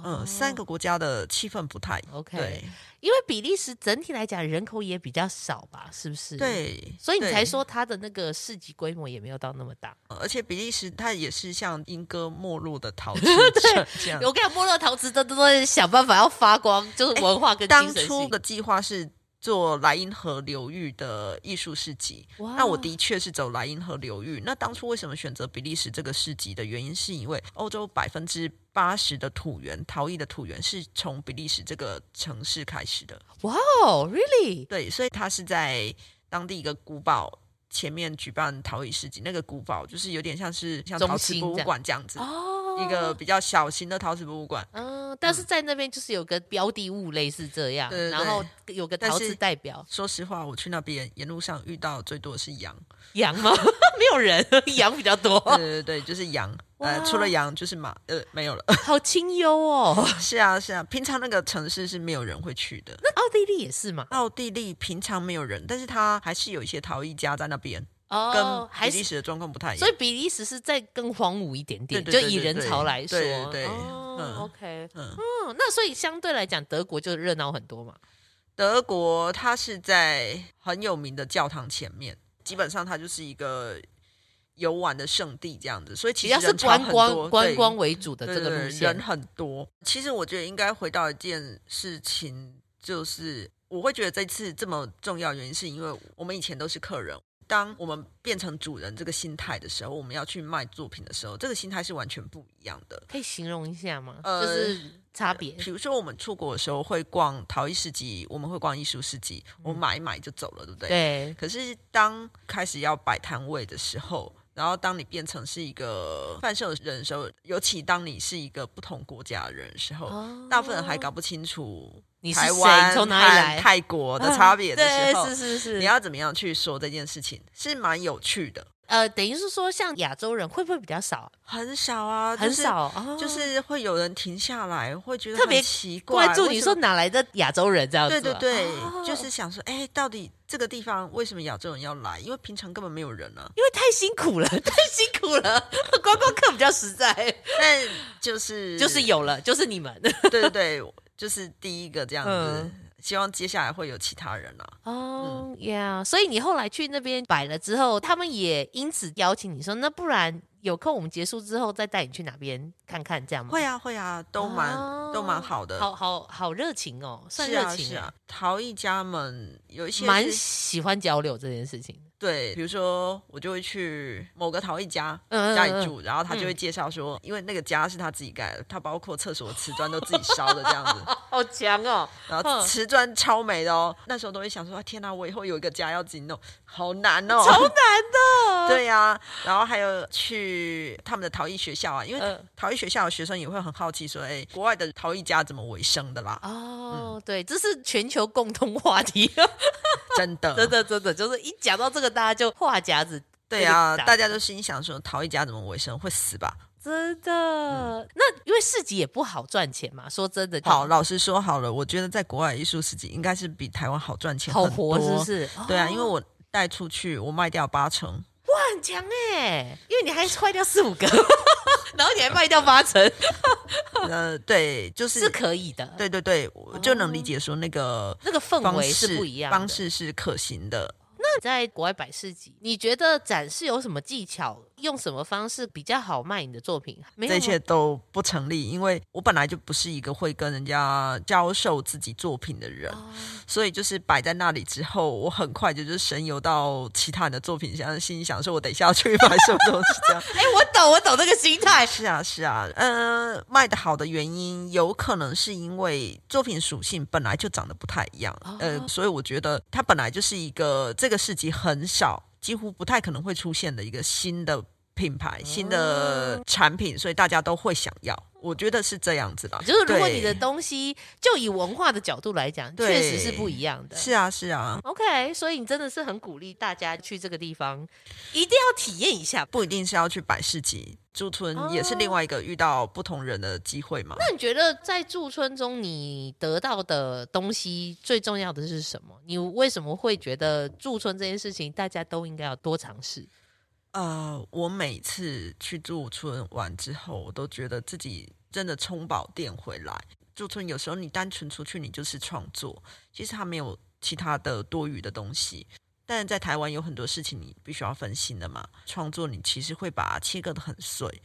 S1: 嗯、三个国家的气氛不太一样
S2: 哦 OK，
S1: 对
S2: 因为比利时整体来讲人口也比较少吧，是不是？，
S1: 对，
S2: 嗯所以你
S1: 对
S2: 才说它的那个市级规模也没有到那么大。
S1: 而且比利时它也是像英歌没落的
S2: *laughs*
S1: 陶瓷城这样。
S2: 我跟你讲，莫洛陶瓷都都在想办法要发光，就是文化跟精
S1: 哎当
S2: 神性。
S1: 初的计划是做莱茵河流域的艺术市集，
S2: 哇
S1: 那我的确是走莱茵河流域。那当初为什么选择比利时这个市集的原因，是因为欧洲百分之八十的土源陶艺的土源是从比利时这个城市开始的，
S2: 哇哦，really？
S1: 对，所以它是在当地一个古堡。前面举办陶艺市集，那个古堡就是有点像是像
S2: 中
S1: 陶瓷
S2: 心
S1: 博物
S2: 这样
S1: 馆这样子，
S2: 哦，
S1: 一个比较小型的陶瓷博物馆。
S2: 嗯，但是在那边就是有个标的物类似这样，
S1: 对对
S2: 然后有个
S1: 但
S2: 陶
S1: 是
S2: 瓷代表
S1: 说实话，我去那边沿路上遇到最多的是羊，
S2: 羊吗？ *laughs* 没有人，羊比较多，
S1: 对对对，就是羊，呃
S2: 哇，
S1: 除了羊就是马，呃，没有了。
S2: 好清幽哦。
S1: *laughs*
S2: *laughs*
S1: 是啊，是啊，平常那个城市是没有人会去的。
S2: 那奥地利也是嘛？
S1: 奥地利平常没有人，但是它还是有一些陶艺家在那边，
S2: 哦，
S1: 跟
S2: 还
S1: 比利
S2: 是
S1: 时的状况不太一
S2: 所
S1: 样
S2: 以。比利时是在更荒芜一点点，
S1: 对对
S2: 就
S1: 对
S2: 以人潮来说，
S1: 对对对
S2: 哦
S1: 嗯
S2: OK，
S1: 嗯
S2: 嗯，那所以相对来讲，德国就热闹很多嘛。
S1: 德国它是在很有名的教堂前面，基本上它就是一个游玩的圣地这样子，所以
S2: 比
S1: 其
S2: 较
S1: 实
S2: 是
S1: 人潮
S2: 观
S1: 很
S2: 光
S1: 多
S2: 观
S1: 对
S2: 光为主的
S1: 对
S2: 这个
S1: 对
S2: 路
S1: 对
S2: 线
S1: 人，很多。其实我觉得应该回到一件事情，就是我会觉得这次这么重要，原因是因为我们以前都是客人。当我们变成主人这个心态的时候，我们要去卖作品的时候，这个心态是完全不一样的。
S2: 可以形容一下吗？
S1: 呃
S2: 就是差别。
S1: 比如说，我们出国的时候会逛陶艺市集，我们会逛艺术市集，我
S2: 嗯
S1: 们买一买就走了，对不对？
S2: 对，
S1: 可是当开始要摆摊位的时候，然后当你变成是一个贩售人的时候，尤其当你是一个不同国家的人的时候，大部分人还搞不清楚
S2: 哦你是
S1: 台
S2: 谁
S1: 湾
S2: 从哪里来啊
S1: 和泰国的差别的时候，
S2: *laughs* 对，是是是，
S1: 你要怎么样去说这件事情是蛮有趣的。
S2: 呃，等于是说，像亚洲人会不会比较少啊？
S1: 很少啊，
S2: 很少，哦
S1: 就是、就是会有人停下来，会觉得
S2: 特别
S1: 很奇怪，
S2: 关注
S1: 为
S2: 你
S1: 什
S2: 说
S1: 么
S2: 哪来的亚洲人这样子
S1: 对
S2: 啊？
S1: 对对，
S2: 哦
S1: 就是想说，哎，到底这个地方为什么亚洲人要来？因为平常根本没有人啊。
S2: 因为太辛苦了， *laughs* 太辛苦了， *laughs* 观光客比较实在，
S1: *laughs* 但就是
S2: 就是有了，就是你们 *laughs*
S1: 对对对，就是第一个这样子。
S2: 嗯
S1: 希望接下来会有其他人啊啦、
S2: 哦呀。所以你后来去那边摆了之后，他们也因此邀请你说，那不然有空我们结束之后再带你去哪边看看，这样吗？
S1: 会啊会啊，都蛮、
S2: 哦
S1: 都蛮好的。
S2: 好好好热情哦，算
S1: 是
S2: 热
S1: 啊
S2: 情
S1: 是啊，陶艺家们有一些
S2: 蛮
S1: 是
S2: 喜欢交流这件事情。
S1: 对，比如说我就会去某个陶艺家
S2: 嗯嗯
S1: 家
S2: 嗯
S1: 里住，然后他就会介绍说，因为那个家是他自己盖的，他包括厕所瓷砖都自己烧的这样子，
S2: 好强哦！
S1: 然
S2: 嗯
S1: 后瓷砖超美的哦。那时候都会想说，啊天哪、我以后有一个家要自己弄，好难哦，
S2: 超难的。
S1: 对呀、然后还有去他们的陶艺学校啊，因为
S2: 嗯
S1: 陶艺学校的学生也会很好奇说，哎，国外的陶艺家怎么为生的啦？
S2: 哦，对，这是全球共通话题， *laughs*
S1: 真的，
S2: 真，的真的，就是一讲到这个，大家就话匣子，
S1: 对呀、
S2: 这个打
S1: 大家都心想说，陶艺家怎么为生？会死吧？
S2: 真的。那因为市集也不好赚钱嘛，说真的，
S1: 嗯好，老实说好了，我觉得在国外艺术市集应该是比台湾好赚钱
S2: 好
S1: 很
S2: 活是
S1: 多
S2: 不？是？
S1: 对啊，
S2: 哦
S1: 因为我带出去，我卖掉八成，
S2: 哇哦很强哎，因为你还坏掉四五
S1: *laughs*
S2: 个，然后你还卖掉八成，
S1: 呃，对， *laughs* 就是
S2: 是可以的。，
S1: 对对对，我就能理解说那个
S2: 哦那个氛
S1: 方
S2: 围
S1: 式
S2: 是不一样的。
S1: 方式是可行的。
S2: 在国外摆市集，你觉得展示有什么技巧用什么方式比较好卖你的作品？没有
S1: 这
S2: 吗
S1: 些都不成立，因为我本来就不是一个会跟人家教授自己作品的人，
S2: 哦
S1: 所以就是摆在那里之后，我很快就就是神游到其他人的作品上，心里想说，我等一下要去买什么东西这样。
S2: 哎、我懂，我懂这个心态。
S1: 是啊，是啊，呃，卖的好的原因有可能是因为作品属性本来就长得不太一样，
S2: 哦
S1: 呃，所以我觉得它本来就是一个这个市集很少，几乎不太可能会出现的一个新的品牌、新
S2: 哦
S1: 的产品，所以大家都会想要。我觉得是这样子啦，
S2: 就是如果你的
S1: 对
S2: 东西，就以文化的角度来讲，
S1: 对
S2: 确实是不一样的。
S1: 是啊，是啊，
S2: OK，所以你真的是很鼓励大家去这个地方，一定要体验一下吧。
S1: 不一定是要去摆市集，驻村也是另外一个遇到不同人的机会嘛。
S2: 哦那你觉得在驻村中，你得到的东西最重要的是什么？你为什么会觉得驻村这件事情大家都应该要多尝试？
S1: 呃，我每次去驻村玩之后，我都觉得自己真的充饱电回来。驻村有时候你单纯出去，你就是创作，其实它没有其他的多余的东西。但在台湾有很多事情你必须要分心的嘛，创作你其实会把它切割的很碎。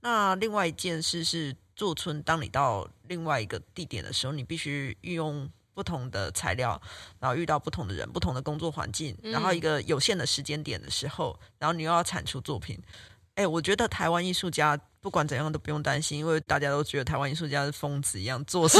S1: 那另外一件事是驻村，当你到另外一个地点的时候，你必须运用不同的材料，然后遇到不同的人、不同的工作环境，然后一个有限的时间点的时候，然后你又要产出作品。哎，我觉得台湾艺术家不管怎样都不用担心，因为大家都觉得台湾艺术家是疯子一样做事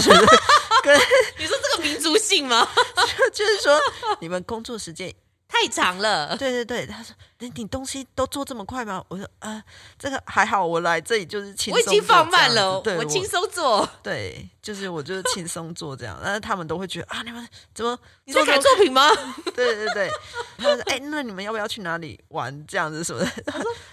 S1: 跟
S2: 你说这个民族性吗？
S1: *laughs* 就是说你们工作时间
S2: *laughs* 太长了。
S1: 对对对，他说你你东西都做这么快吗？我说呃，这个还好，我来这里就是轻
S2: 我
S1: 松
S2: 已
S1: 做这样子，
S2: 经放慢了，
S1: 对，
S2: 我轻松做。
S1: 对，就是我就是轻松做这样，但是他们都会觉得啊，你们怎么
S2: 你在
S1: 这
S2: 改
S1: 么
S2: 作品 *laughs* 吗？
S1: 对对对，他们说哎、那你们要不要去哪里玩这样子什么的？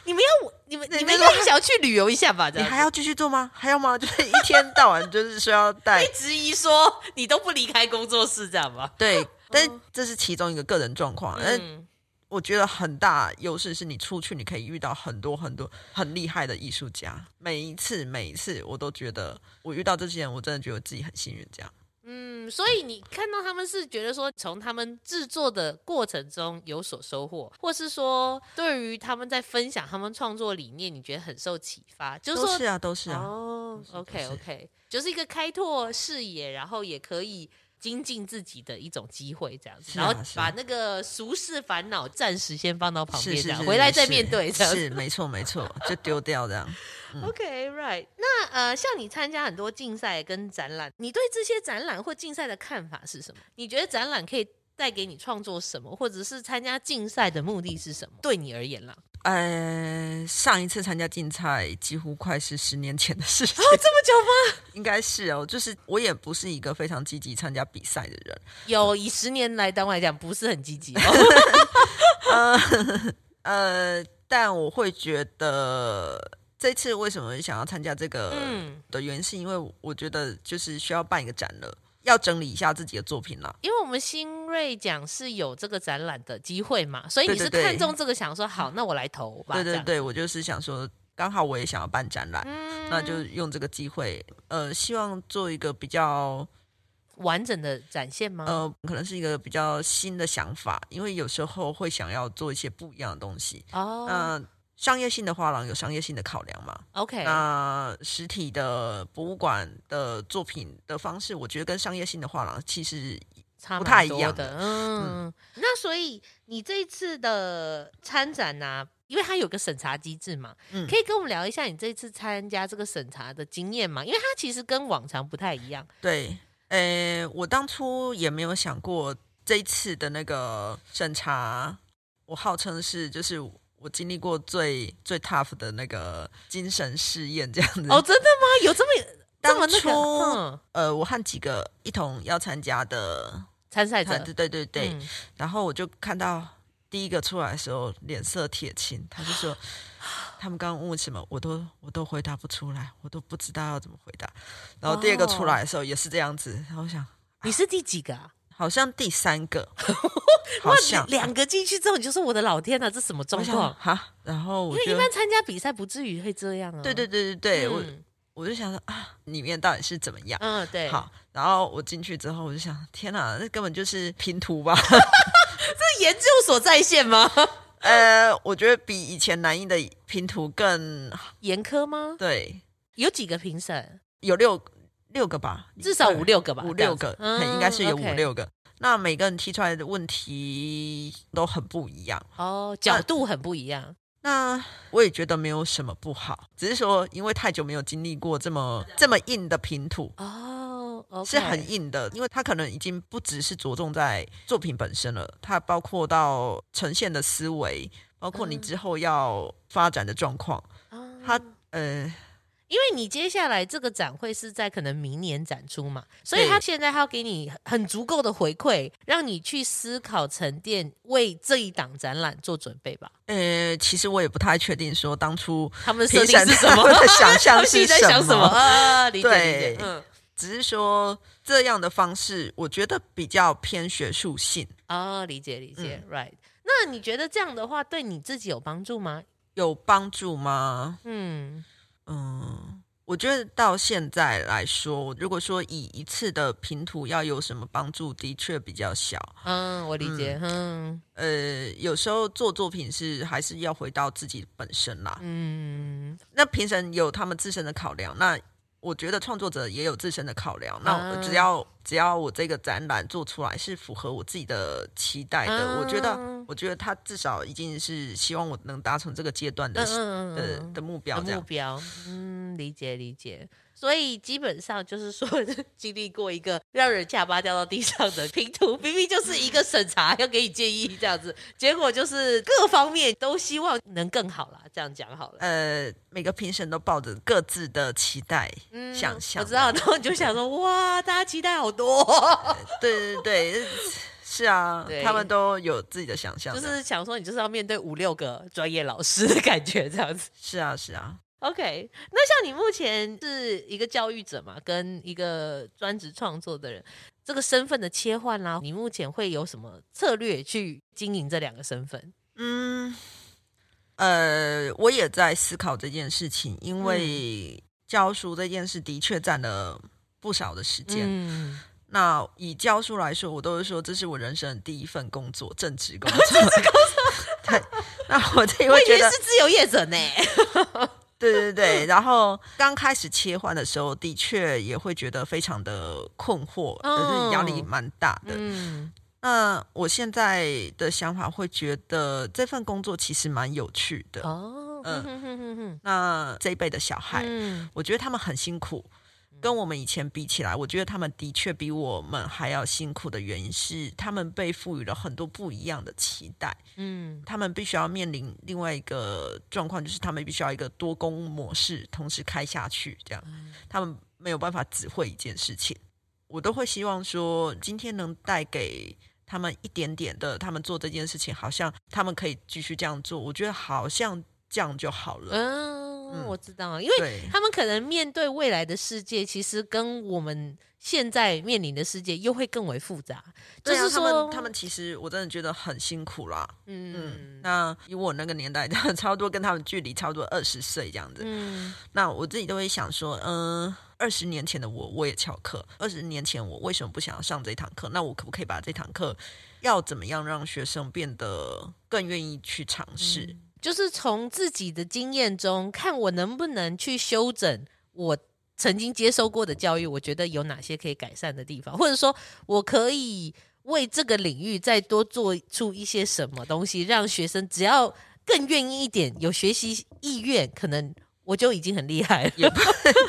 S2: 你们要你们
S1: 那
S2: 你们
S1: 那
S2: 应
S1: 个
S2: 该想要去旅游一下吧？这
S1: 你
S2: 样子
S1: 还要继续做吗？还要吗？就是一天到晚就是说要带
S2: *laughs* 被质疑说你都不离开工作室，这样吧？
S1: 对，但这是其中一个个人状况，但
S2: 哦嗯，
S1: 我觉得很大优势是你出去，你可以遇到很多很多很厉害的艺术家。每一次，每一次，我都觉得我遇到这些人，我真的觉得自己很幸运。这样，
S2: 嗯，所以你看到他们是觉得说，从他们制作的过程中有所收获，或是说对于他们在分享他们创作理念，你觉得很受启发，就是
S1: 都
S2: 说
S1: 是啊，都是啊，
S2: 哦
S1: 是
S2: ，OK
S1: 都是
S2: OK，就是一个开拓视野，然后也可以精进自己的一种机会，这样子，
S1: 是啊
S2: 然后
S1: 是
S2: 把
S1: 啊
S2: 那个俗世烦恼暂时先放到旁
S1: 是
S2: 边，
S1: 是
S2: 这
S1: 是
S2: 样
S1: 是，
S2: 回来再面对，这样子。
S1: 是没错没错，就丢掉这样。
S2: OK, right. 嗯那呃，像你参加很多竞赛跟展览，你对这些展览或竞赛的看法是什么？你觉得展览可以带给你创作什么，或者是参加竞赛的目的是什么？对你而言啦，
S1: 呃，上一次参加竞赛几乎快是十年前的事情，
S2: 啊这么久吗？
S1: *laughs* 应该是哦。就是我也不是一个非常积极参加比赛的人，
S2: 有，以十年来当来讲，不是很积极、哦。
S1: *laughs* 呃，但我会觉得这次为什么想要参加这个
S2: 嗯
S1: 的原因，是因为我觉得就是需要办一个展了，要整理一下自己的作品啦。
S2: 因为我们新锐奖是有这个展览的机会嘛，所以你
S1: 对
S2: 是
S1: 对对
S2: 看中这个，想说好，那我来投吧。
S1: 对
S2: 这
S1: 对
S2: 样，
S1: 对，我就是想说，刚好我也想要办展览，
S2: 嗯
S1: 那就用这个机会，呃，希望做一个比较
S2: 完整的展现吗？
S1: 呃，可能是一个比较新的想法，因为有时候会想要做一些不一样的东西。
S2: 哦、
S1: 那、商业性的画廊有商业性的考量嘛，
S2: o k
S1: 那实体的博物馆的作品的方式，我觉得跟商业性的画廊其实
S2: 差
S1: 不
S2: 蛮
S1: 太一
S2: 多
S1: 样
S2: 的。嗯，那所以你这一次的参展呐、因为它有个审查机制嘛，
S1: 嗯
S2: 可以跟我们聊一下你这一次参加这个审查的经验嘛？因为它其实跟往常不太一样。
S1: 对，呃，我当初也没有想过这一次的那个审查，我号称是就是我经历过最最 tough 的那个精神试验这样子。
S2: 哦，真的吗？有这么这么
S1: 嗯 *laughs* 当
S2: 那
S1: 初
S2: 个、嗯、
S1: 呃，我和几个一同要参加的
S2: 参赛者
S1: 团？队，对对对，
S2: 呃嗯
S1: 然后我就看到第一个出来的时候脸色铁青，他就说他们刚刚问我什么，我都我都回答不出来，我都不知道要怎么回答。然后第二个
S2: 哦
S1: 出来的时候也是这样子，然后我想
S2: 你是第几个啊？
S1: 好像第三
S2: *laughs*
S1: 个，好
S2: 哇，
S1: 像
S2: 你两个进去之后，你就说我的老天啊呐，这什么状
S1: 我想
S2: 况？
S1: 哈，然后
S2: 因
S1: 我
S2: 为一
S1: 就
S2: 般参加比赛不至于会这样啊。
S1: 对对对对对，我
S2: 嗯
S1: 我就想说啊，里面到底是怎么样？
S2: 嗯对，
S1: 好，然后我进去之后，我就
S2: *laughs*
S1: 想，天哪，那根本就是拼图吧？ *laughs*
S2: 这研究所在线吗？
S1: 呃，我觉得比以前南艺的拼图更
S2: 严苛吗？
S1: 对，
S2: 有几个评审？
S1: 有六六个吧，
S2: 至少五
S1: 对
S2: 六个吧，
S1: 五
S2: 这样
S1: 六
S2: 子
S1: 个，
S2: 嗯
S1: 嘿应该是有五
S2: OK
S1: 六个。那每个人提出来的问题都很不一样。
S2: 哦，角度很不一样。
S1: 那我也觉得没有什么不好，只是说因为太久没有经历过这么这么硬的拼图，
S2: 哦，OK，
S1: 是很硬的，因为它可能已经不只是着重在作品本身了，它包括到呈现的思维，包括你
S2: 嗯
S1: 之后要发展的状况。
S2: 哦
S1: 它呃，
S2: 因为你接下来这个展会是在可能明年展出嘛，所以
S1: 对
S2: 他现在他要给你很很足够的回馈，让你去思考沉淀，为这一档展览做准备吧。
S1: 呃，其实我也不太确定说当初
S2: 他们的设
S1: 评
S2: 定
S1: 审 *laughs*
S2: 是什
S1: 他们
S2: 么？
S1: 的想
S2: *laughs* 他
S1: 象
S2: 们心
S1: 是
S2: 里在想什么？啊，理解理
S1: 对
S2: 解，嗯，
S1: 只是说这样的方式，我觉得比较偏学术性，
S2: 啊，理解理
S1: 嗯
S2: 解、r i g h t 那你觉得这样的话对你自己有帮助吗？
S1: 有帮助吗？
S2: 嗯，
S1: 嗯，我觉得到现在来说，如果说以一次的拼图要有什么帮助，的确比较小。
S2: 嗯，我理解，嗯
S1: 呃，有时候做作品是还是要回到自己本身啦。
S2: 嗯，
S1: 那评审有他们自身的考量，那我觉得创作者也有自身的考量。那我
S2: 啊
S1: 只要、只要我这个展览做出来是符合我自己的期待的，我觉得
S2: 嗯
S1: 我觉得他至少已经是希望我能达成这个阶段的、
S2: 嗯嗯嗯
S1: 的
S2: 嗯
S1: 的目标这
S2: 的目
S1: 样。
S2: 标，嗯，理解理解。所以基本上就是说， *laughs* 经历过一个让人下巴掉到地上的拼图，明明就是一个审查要给你建议这样子，结果就是各方面都希望能更好啦，这样讲好了。
S1: 呃，每个评审都抱着各自的期待，
S2: 嗯
S1: 想象
S2: 我知道，然后你就想说，哇，大家期待好多，
S1: 对对对， *laughs* 是啊
S2: 对，
S1: 他们都有自己的想象
S2: 就
S1: 的，
S2: 是想说你就是要面对五六个专业老师的感觉这样子。
S1: 是啊是啊，
S2: OK，那像你目前是一个教育者嘛，跟一个专职创作的人，这个身份的切换啦、你目前会有什么策略去经营这两个身份？
S1: 嗯，呃，我也在思考这件事情，因为
S2: 嗯
S1: 教书这件事的确占了不少的时间。
S2: 嗯，
S1: 那以教书来说，我都是说这是我人生的第一份工作，正职工作。正职工作。 *laughs* 对，那我这
S2: 我
S1: 会
S2: 以
S1: 觉
S2: 为
S1: 得
S2: 是，自由业者呢。 *laughs*
S1: 对对对。然后刚开始切换的时候，的确也会觉得非常的困惑，就是压力
S2: 哦
S1: 蛮大的。
S2: 嗯，
S1: 那我现在的想法会觉得这份工作其实蛮有趣的。
S2: 哦，嗯
S1: 嗯
S2: 哼哼哼哼，
S1: 那这一辈的小孩，
S2: 嗯
S1: 我觉得他们很辛苦，跟我们以前比起来，我觉得他们的确比我们还要辛苦的原因是，他们被赋予了很多不一样的期待，
S2: 嗯
S1: 他们必须要面临另外一个状况，就是他们必须要一个多工模式同时开下去，这样
S2: 嗯
S1: 他们没有办法只会一件事情。我都会希望说，今天能带给他们一点点的，他们做这件事情，好像他们可以继续这样做，我觉得好像这样就好了。
S2: 嗯，
S1: 嗯
S2: 我知道，因为
S1: 对，
S2: 他们可能面对未来的世界，其实跟我们现在面临的世界又会更为复杂。就
S1: 对啊
S2: 是
S1: 他
S2: 说，
S1: 们他们其实我真的觉得很辛苦啦。嗯，
S2: 嗯
S1: 那以我那个年代， *laughs* 差不多跟他们距离差不多二十岁这样子。
S2: 嗯
S1: 那我自己都会想说，嗯、二十年前的我我也翘课，二十年前我为什么不想要上这堂课？那我可不可以把这堂课要怎么样让学生变得更愿意去尝试？
S2: 就是从自己的经验中看我能不能去修整我曾经接受过的教育，我觉得有哪些可以改善的地方，或者说我可以为这个领域再多做出一些什么东西，让学生只要更愿意一点，有学习意愿，可能我就已经很厉害了。
S1: 也不 *laughs*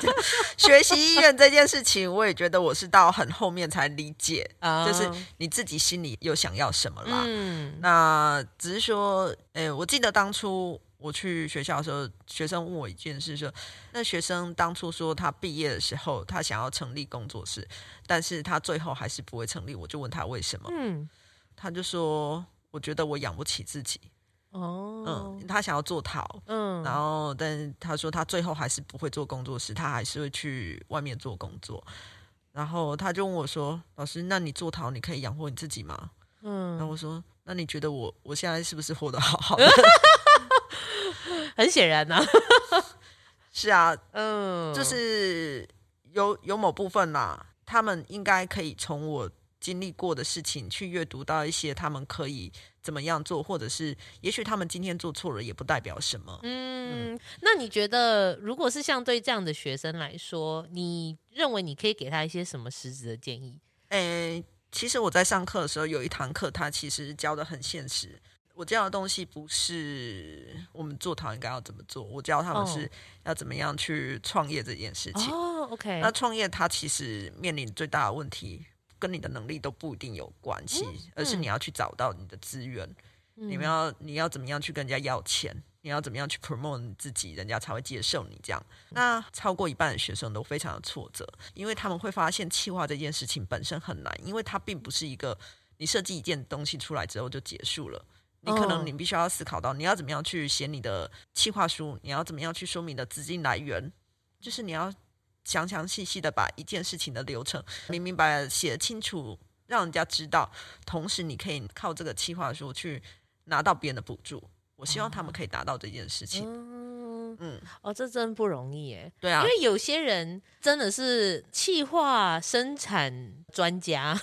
S1: 学习意愿这件事情，我也觉得我是到很后面才理解，
S2: *laughs* 啊
S1: 就是你自己心里有想要什么啦。
S2: 嗯
S1: 那只是说，诶、我记得当初我去学校的时候，学生问我一件事说，那学生当初说他毕业的时候，他想要成立工作室，但是他最后还是不会成立。我就问他为什么，
S2: 嗯
S1: 他就说，我觉得我养不起自己，
S2: 哦
S1: 嗯，他想要做陶。
S2: 嗯
S1: 然后，但是他说他最后还是不会做工作室，他还是会去外面做工作。然后他就问我说：“老师，那你做陶你可以养活你自己吗？”然后
S2: 嗯，
S1: 我说：“那你觉得我我现在是不是活得好好的？” *laughs*
S2: 很显然呐、
S1: 是啊，
S2: *laughs* 嗯，
S1: 就是有有某部分啦，他们应该可以从我经历过的事情，去阅读到一些他们可以怎么样做，或者是也许他们今天做错了，也不代表什么。
S2: 嗯，那你觉得，如果是像对这样的学生来说，你认为你可以给他一些什么实质的建议？
S1: 诶，其实我在上课的时候有一堂课，它其实教的很现实。我教的东西不是我们做陶应该要怎么做，我教他们
S2: 哦
S1: 是要怎么样去创业这件事情。
S2: 哦，OK，
S1: 那创业它其实面临最大的问题，跟你的能力都不一定有关系，而是你要去找到你的资源，你们要你要怎么样去跟人家要钱，你要怎么样去 promote 你自己，人家才会接受你这样。那超过一半的学生都非常的挫折，因为他们会发现企划这件事情本身很难，因为它并不是一个你设计一件东西出来之后就结束了。你可
S2: 哦
S1: 能你必须要思考到你要怎么样去写你的企划书，你要怎么样去说明你的资金来源，就是你要详详细细的把一件事情的流程明明白白地写清楚，让人家知道。同时，你可以靠这个企划书去拿到别人的补助。我希望他们可以达到这件事情。
S2: 哦嗯，
S1: 嗯，
S2: 哦，这真不容易耶，
S1: 对啊
S2: 因，为有些人真的是气化生产专 *laughs* 家，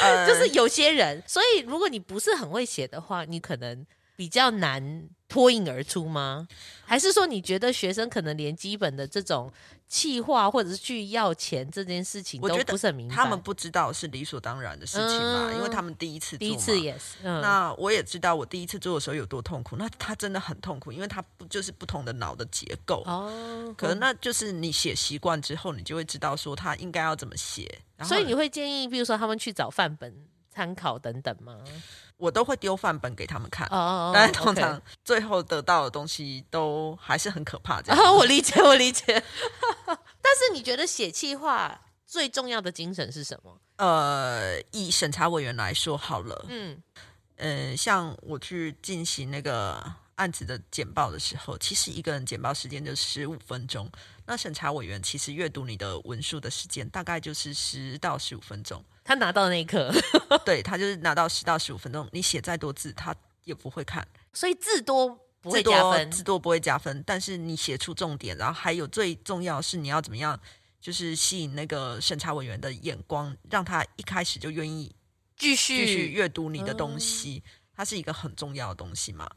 S1: 呃
S2: 就是有些人，所以如果你不是很会写的话，你可能比较难脱颖而出吗？还是说你觉得学生可能连基本的这种气化或者是去要钱这件事情
S1: 我
S2: 都
S1: 觉得
S2: 不是很明白？
S1: 他们不知道是理所当然的事情嘛，
S2: 嗯
S1: 因为他们第一次做
S2: 第
S1: 嘛
S2: 一次。也是，嗯，
S1: 那我也知道我第一次做的时候有多痛苦，那他真的很痛苦，因为他不就是不同的脑的结构。
S2: 哦，
S1: 可能那就是你写习惯之后，你就会知道说他应该要怎么写。然后
S2: 所以你会建议，比如说他们去找范本参考等等吗？
S1: 我都会丢范本给他们看。
S2: 哦哦，哦
S1: 但是通
S2: OK
S1: 常最后得到的东西都还是很可怕，这样。
S2: 啊，我理解，我理解。
S1: *laughs*
S2: 但是你觉得写气话最重要的精神是什么？
S1: 呃，以审查委员来说好
S2: *laughs*
S1: 了，
S2: 嗯，
S1: 呃，像我去进行那个案子的简报的时候，其实一个人简报时间就十五分钟，那审查委员其实阅读你的文书的时间大概就是十到十五分
S2: *laughs*
S1: 钟，
S2: 他拿到那一刻，
S1: 对他就是拿到十到十五分钟，你写再多字他也不会看。
S2: 所以字多不会
S1: 字多
S2: 加分。
S1: 字多不会加分，但是你写出重点，然后还有最重要的是你要怎么样，就是吸引那个审查委员的眼光，让他一开始就愿意
S2: 继续
S1: 继续阅读你的东西，
S2: 嗯
S1: 它是一个很重要的东西嘛。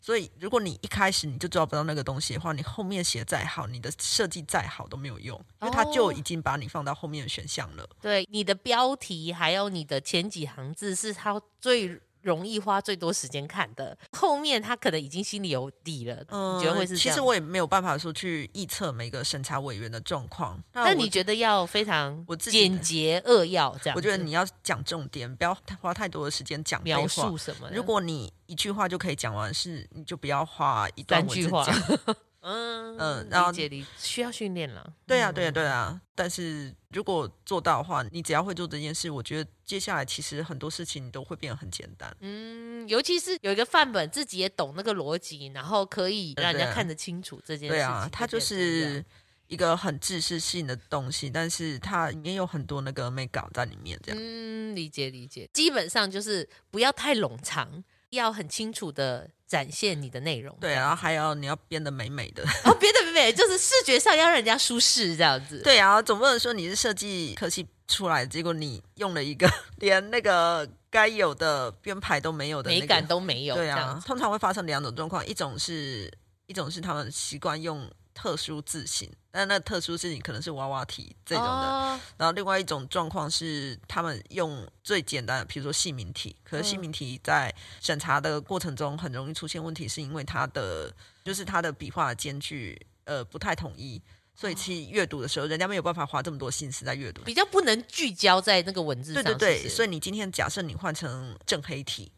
S1: 所以，如果你一开始你就抓不到那个东西的话，你后面写再好，你的设计再好都没有用，因为它就
S2: 哦
S1: 已经把你放到后面的选项了。
S2: 对你的标题，还有你的前几行字，是他最容易花最多时间看的。后面他可能已经心里有底了，你觉得会是这
S1: 嗯其
S2: 样？
S1: 实我也没有办法说去预测每个审查委员的状况。那
S2: 但
S1: 我
S2: 你觉得要非常
S1: 我自己的
S2: 简洁扼要这样子？
S1: 我觉得你要讲重点，不要花太多的时间讲废话
S2: 描述。什么的？
S1: 如果你一句话就可以讲完事，你就不要花一段
S2: 三
S1: 文字
S2: 句话
S1: 讲。，
S2: 嗯
S1: 嗯然后
S2: 理解理需要训练了。
S1: 对啊，
S2: 嗯
S1: 对啊，对啊。但是如果做到的话，你只要会做这件事，我觉得接下来其实很多事情你都会变得很简单。
S2: 嗯，尤其是有一个范本，自己也懂那个逻辑，然后可以让人
S1: 对
S2: 家
S1: 啊
S2: 看得清楚这件事
S1: 对
S2: 情。
S1: 啊，它就
S2: 变得不一样
S1: 是一个很知识性的东西，但是它里面有很多那个美感在里面，这样。
S2: 嗯，理解理解。基本上就是不要太冗长，要很清楚的展现你的内容。
S1: 对，啊然后还要你要编得美美的。
S2: 哦，别的没没，就是视觉上要让人家舒适这样子。
S1: *laughs* 对啊，总不能说你是设计科系出来，结果你用了一个 *laughs* 连那个该有的编排都没有的、那
S2: 美
S1: 个、
S2: 感都没有，
S1: 对
S2: 这
S1: 啊
S2: 样子，
S1: 通常会发生两种状况，一种是一种是他们习惯用特殊字形，但那特殊字形可能是娃娃体这种的，
S2: 哦
S1: 然后另外一种状况是他们用最简单的，比如说姓名题，可是姓名题在审查的过程中很容易出现问题，是因为它的就是它的笔画的间距呃不太统一。所以其实阅读的时候，人家没有办法花这么多心思在阅读。
S2: 比较不能聚焦在那个文字
S1: 对
S2: 上。
S1: 对对，所
S2: 以
S1: 以你今天假设你换成正黑体，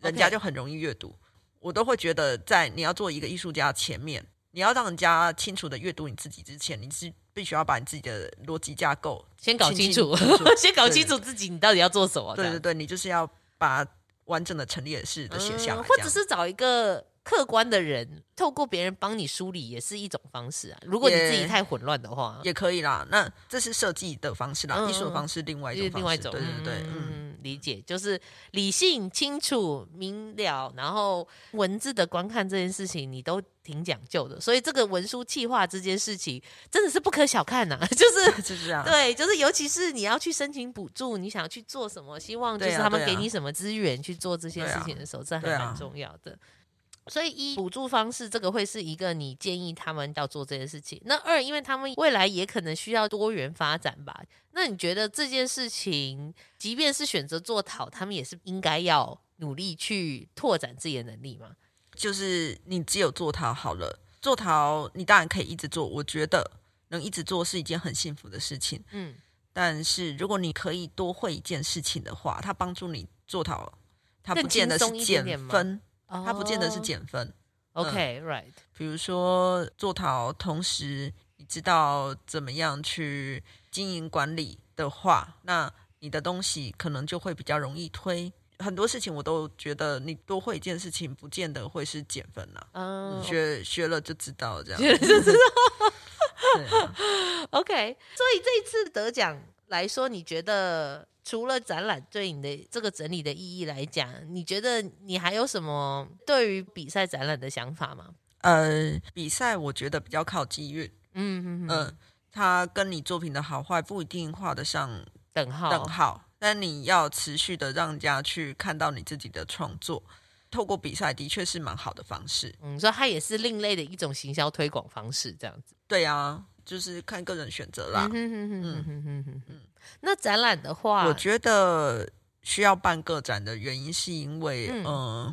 S1: 人
S2: OK
S1: 家就很容易阅读。我都会觉得，在你要做一个艺术家前面，你要让人家清楚的阅读你自己之前，你是必须要把你自己的逻辑架构
S2: 先搞清
S1: 清
S2: 楚，
S1: 清楚
S2: *laughs* 先搞清
S1: 对
S2: 楚自己你到底要做什么。这
S1: 对
S2: 样
S1: 对对，你就是要把完整的陈列式的写下来、
S2: 嗯，或
S1: 这
S2: 者
S1: 样
S2: 是找一个客观的人，透过别人帮你梳理，也是一种方式啊。如果你
S1: 也
S2: 自己太混乱的话，
S1: 也可以啦。那这是设计的方式啦，
S2: 嗯
S1: 艺术的方式，另外一
S2: 是
S1: 种方式。
S2: 另外一种。
S1: 对对对，嗯。
S2: 嗯，理解，就是理性、清楚、明了，然后文字的观看这件事情，你都挺讲究的。所以这个文书企划这件事情，真的是不可小看呐、 *laughs* 就是。
S1: *laughs* 就是啊，
S2: 对，就是尤其是你要去申请补助，你想要去做什么，希望就是
S1: 对啊
S2: 他们
S1: 对啊
S2: 给你什么资源去做这些
S1: 对
S2: 事
S1: 啊
S2: 情的时候，这还
S1: 对啊
S2: 蛮重要的。所以一补助方式，这个会是一个你建议他们要做这件事情。那二，因为他们未来也可能需要多元发展吧。那你觉得这件事情，即便是选择做讨，他们也是应该要努力去拓展自己的能力吗？
S1: 就是你只有做陶好了，做陶你当然可以一直做，我觉得能一直做是一件很幸福的事情。
S2: 嗯，
S1: 但是如果你可以多会一件事情的话，它帮助你做陶，它不
S2: 更
S1: 见得
S2: 轻
S1: 是
S2: 松一点
S1: 减
S2: 点吗
S1: 分，它不见得是嗯
S2: 哦
S1: 减分。
S2: OK，right，、
S1: 比如说做陶，同时你知道怎么样去经营管理的话，那你的东西可能就会比较容易推。很多事情我都觉得你多会一件事情，不见得会是减分啦。
S2: 嗯，
S1: 学学了就知道这样。
S2: 觉得就知道。
S1: *laughs* 对啊
S2: OK，所以这一次得奖来说，你觉得除了展览对你的这个整理的意义来讲，你觉得你还有什么对于比赛展览的想法吗？
S1: 呃，比赛我觉得比较靠机遇，
S2: 嗯嗯嗯，
S1: 嗯、它跟你作品的好坏不一定画得上
S2: 等号，
S1: 等号，但你要持续的让人家去看到你自己的创作。透过比赛的确是蛮好的方式，
S2: 嗯，所以它也是另类的一种行销推广方式，这样子。
S1: 对啊，就是看个人选择啦
S2: 嗯。哼哼哼哼哼嗯哼哼哼那展览的话，
S1: 我觉得需要办个展的原因是因为，
S2: 嗯
S1: 嗯、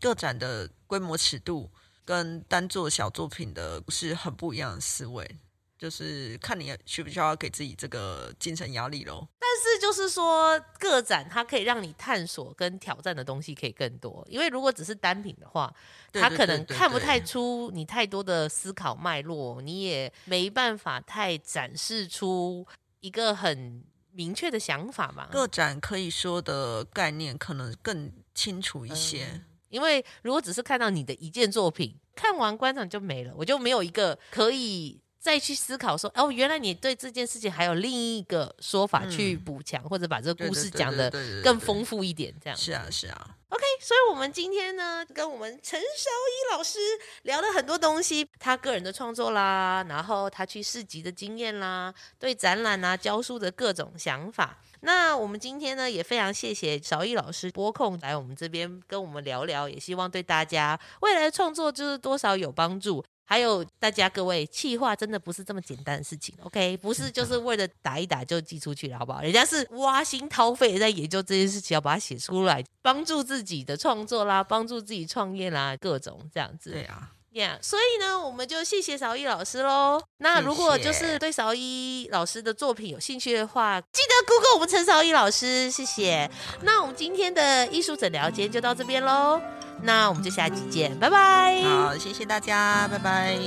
S1: 个展的规模尺度跟单做小作品的是很不一样的思维，就是看你需不需要给自己这个精神压力咯。
S2: 但是就是说，个展它可以让你探索跟挑战的东西可以更多，因为如果只是单品的话，
S1: 对
S2: 它
S1: 对
S2: 可
S1: 对
S2: 能
S1: 对
S2: 看不
S1: 对
S2: 太出你太多的思考脉络，你也没办法太展示出一个很明确的想法嘛。
S1: 个展可以说的概念可能更清楚一些。
S2: 因为如果只是看到你的一件作品，看完观赏就没了，我就没有一个可以再去思考说，哦，原来你对这件事情还有另一个说法去
S1: 嗯
S2: 补强，或者把这个
S1: 对
S2: 故
S1: 对
S2: 事
S1: 对
S2: 讲
S1: 对
S2: 的
S1: 对对对
S2: 更
S1: 对
S2: 丰富一点，这样
S1: 是啊，是啊，
S2: OK，所以我们今天呢，跟我们陈韶一老师聊了很多东西，他个人的创作啦，然后他去市集的经验啦，对展览啊、教书的各种想法。那我们今天呢，也非常谢谢韶一老师拨空来我们这边跟我们聊聊，也希望对大家未来的创作就是多少有帮助。还有大家各位，气化真的不是这么简单的事情，OK？不是就是为了打一打就寄出去了，好不好？人家是挖心掏肺在研究这件事情，要把它写出来，帮助自己的创作啦，帮助自己创业啦，各种这样子。
S1: 对啊，
S2: Yeah，所以呢，我们就谢谢韶一老师喽。那
S1: 谢谢
S2: 如果就是对韶一老师的作品有兴趣的话，记得 Google 我们陈韶一老师，谢谢。那我们今天的艺术诊疗今天就到这边喽，那我们就下期见，拜拜。
S1: 好，谢谢大家，拜拜。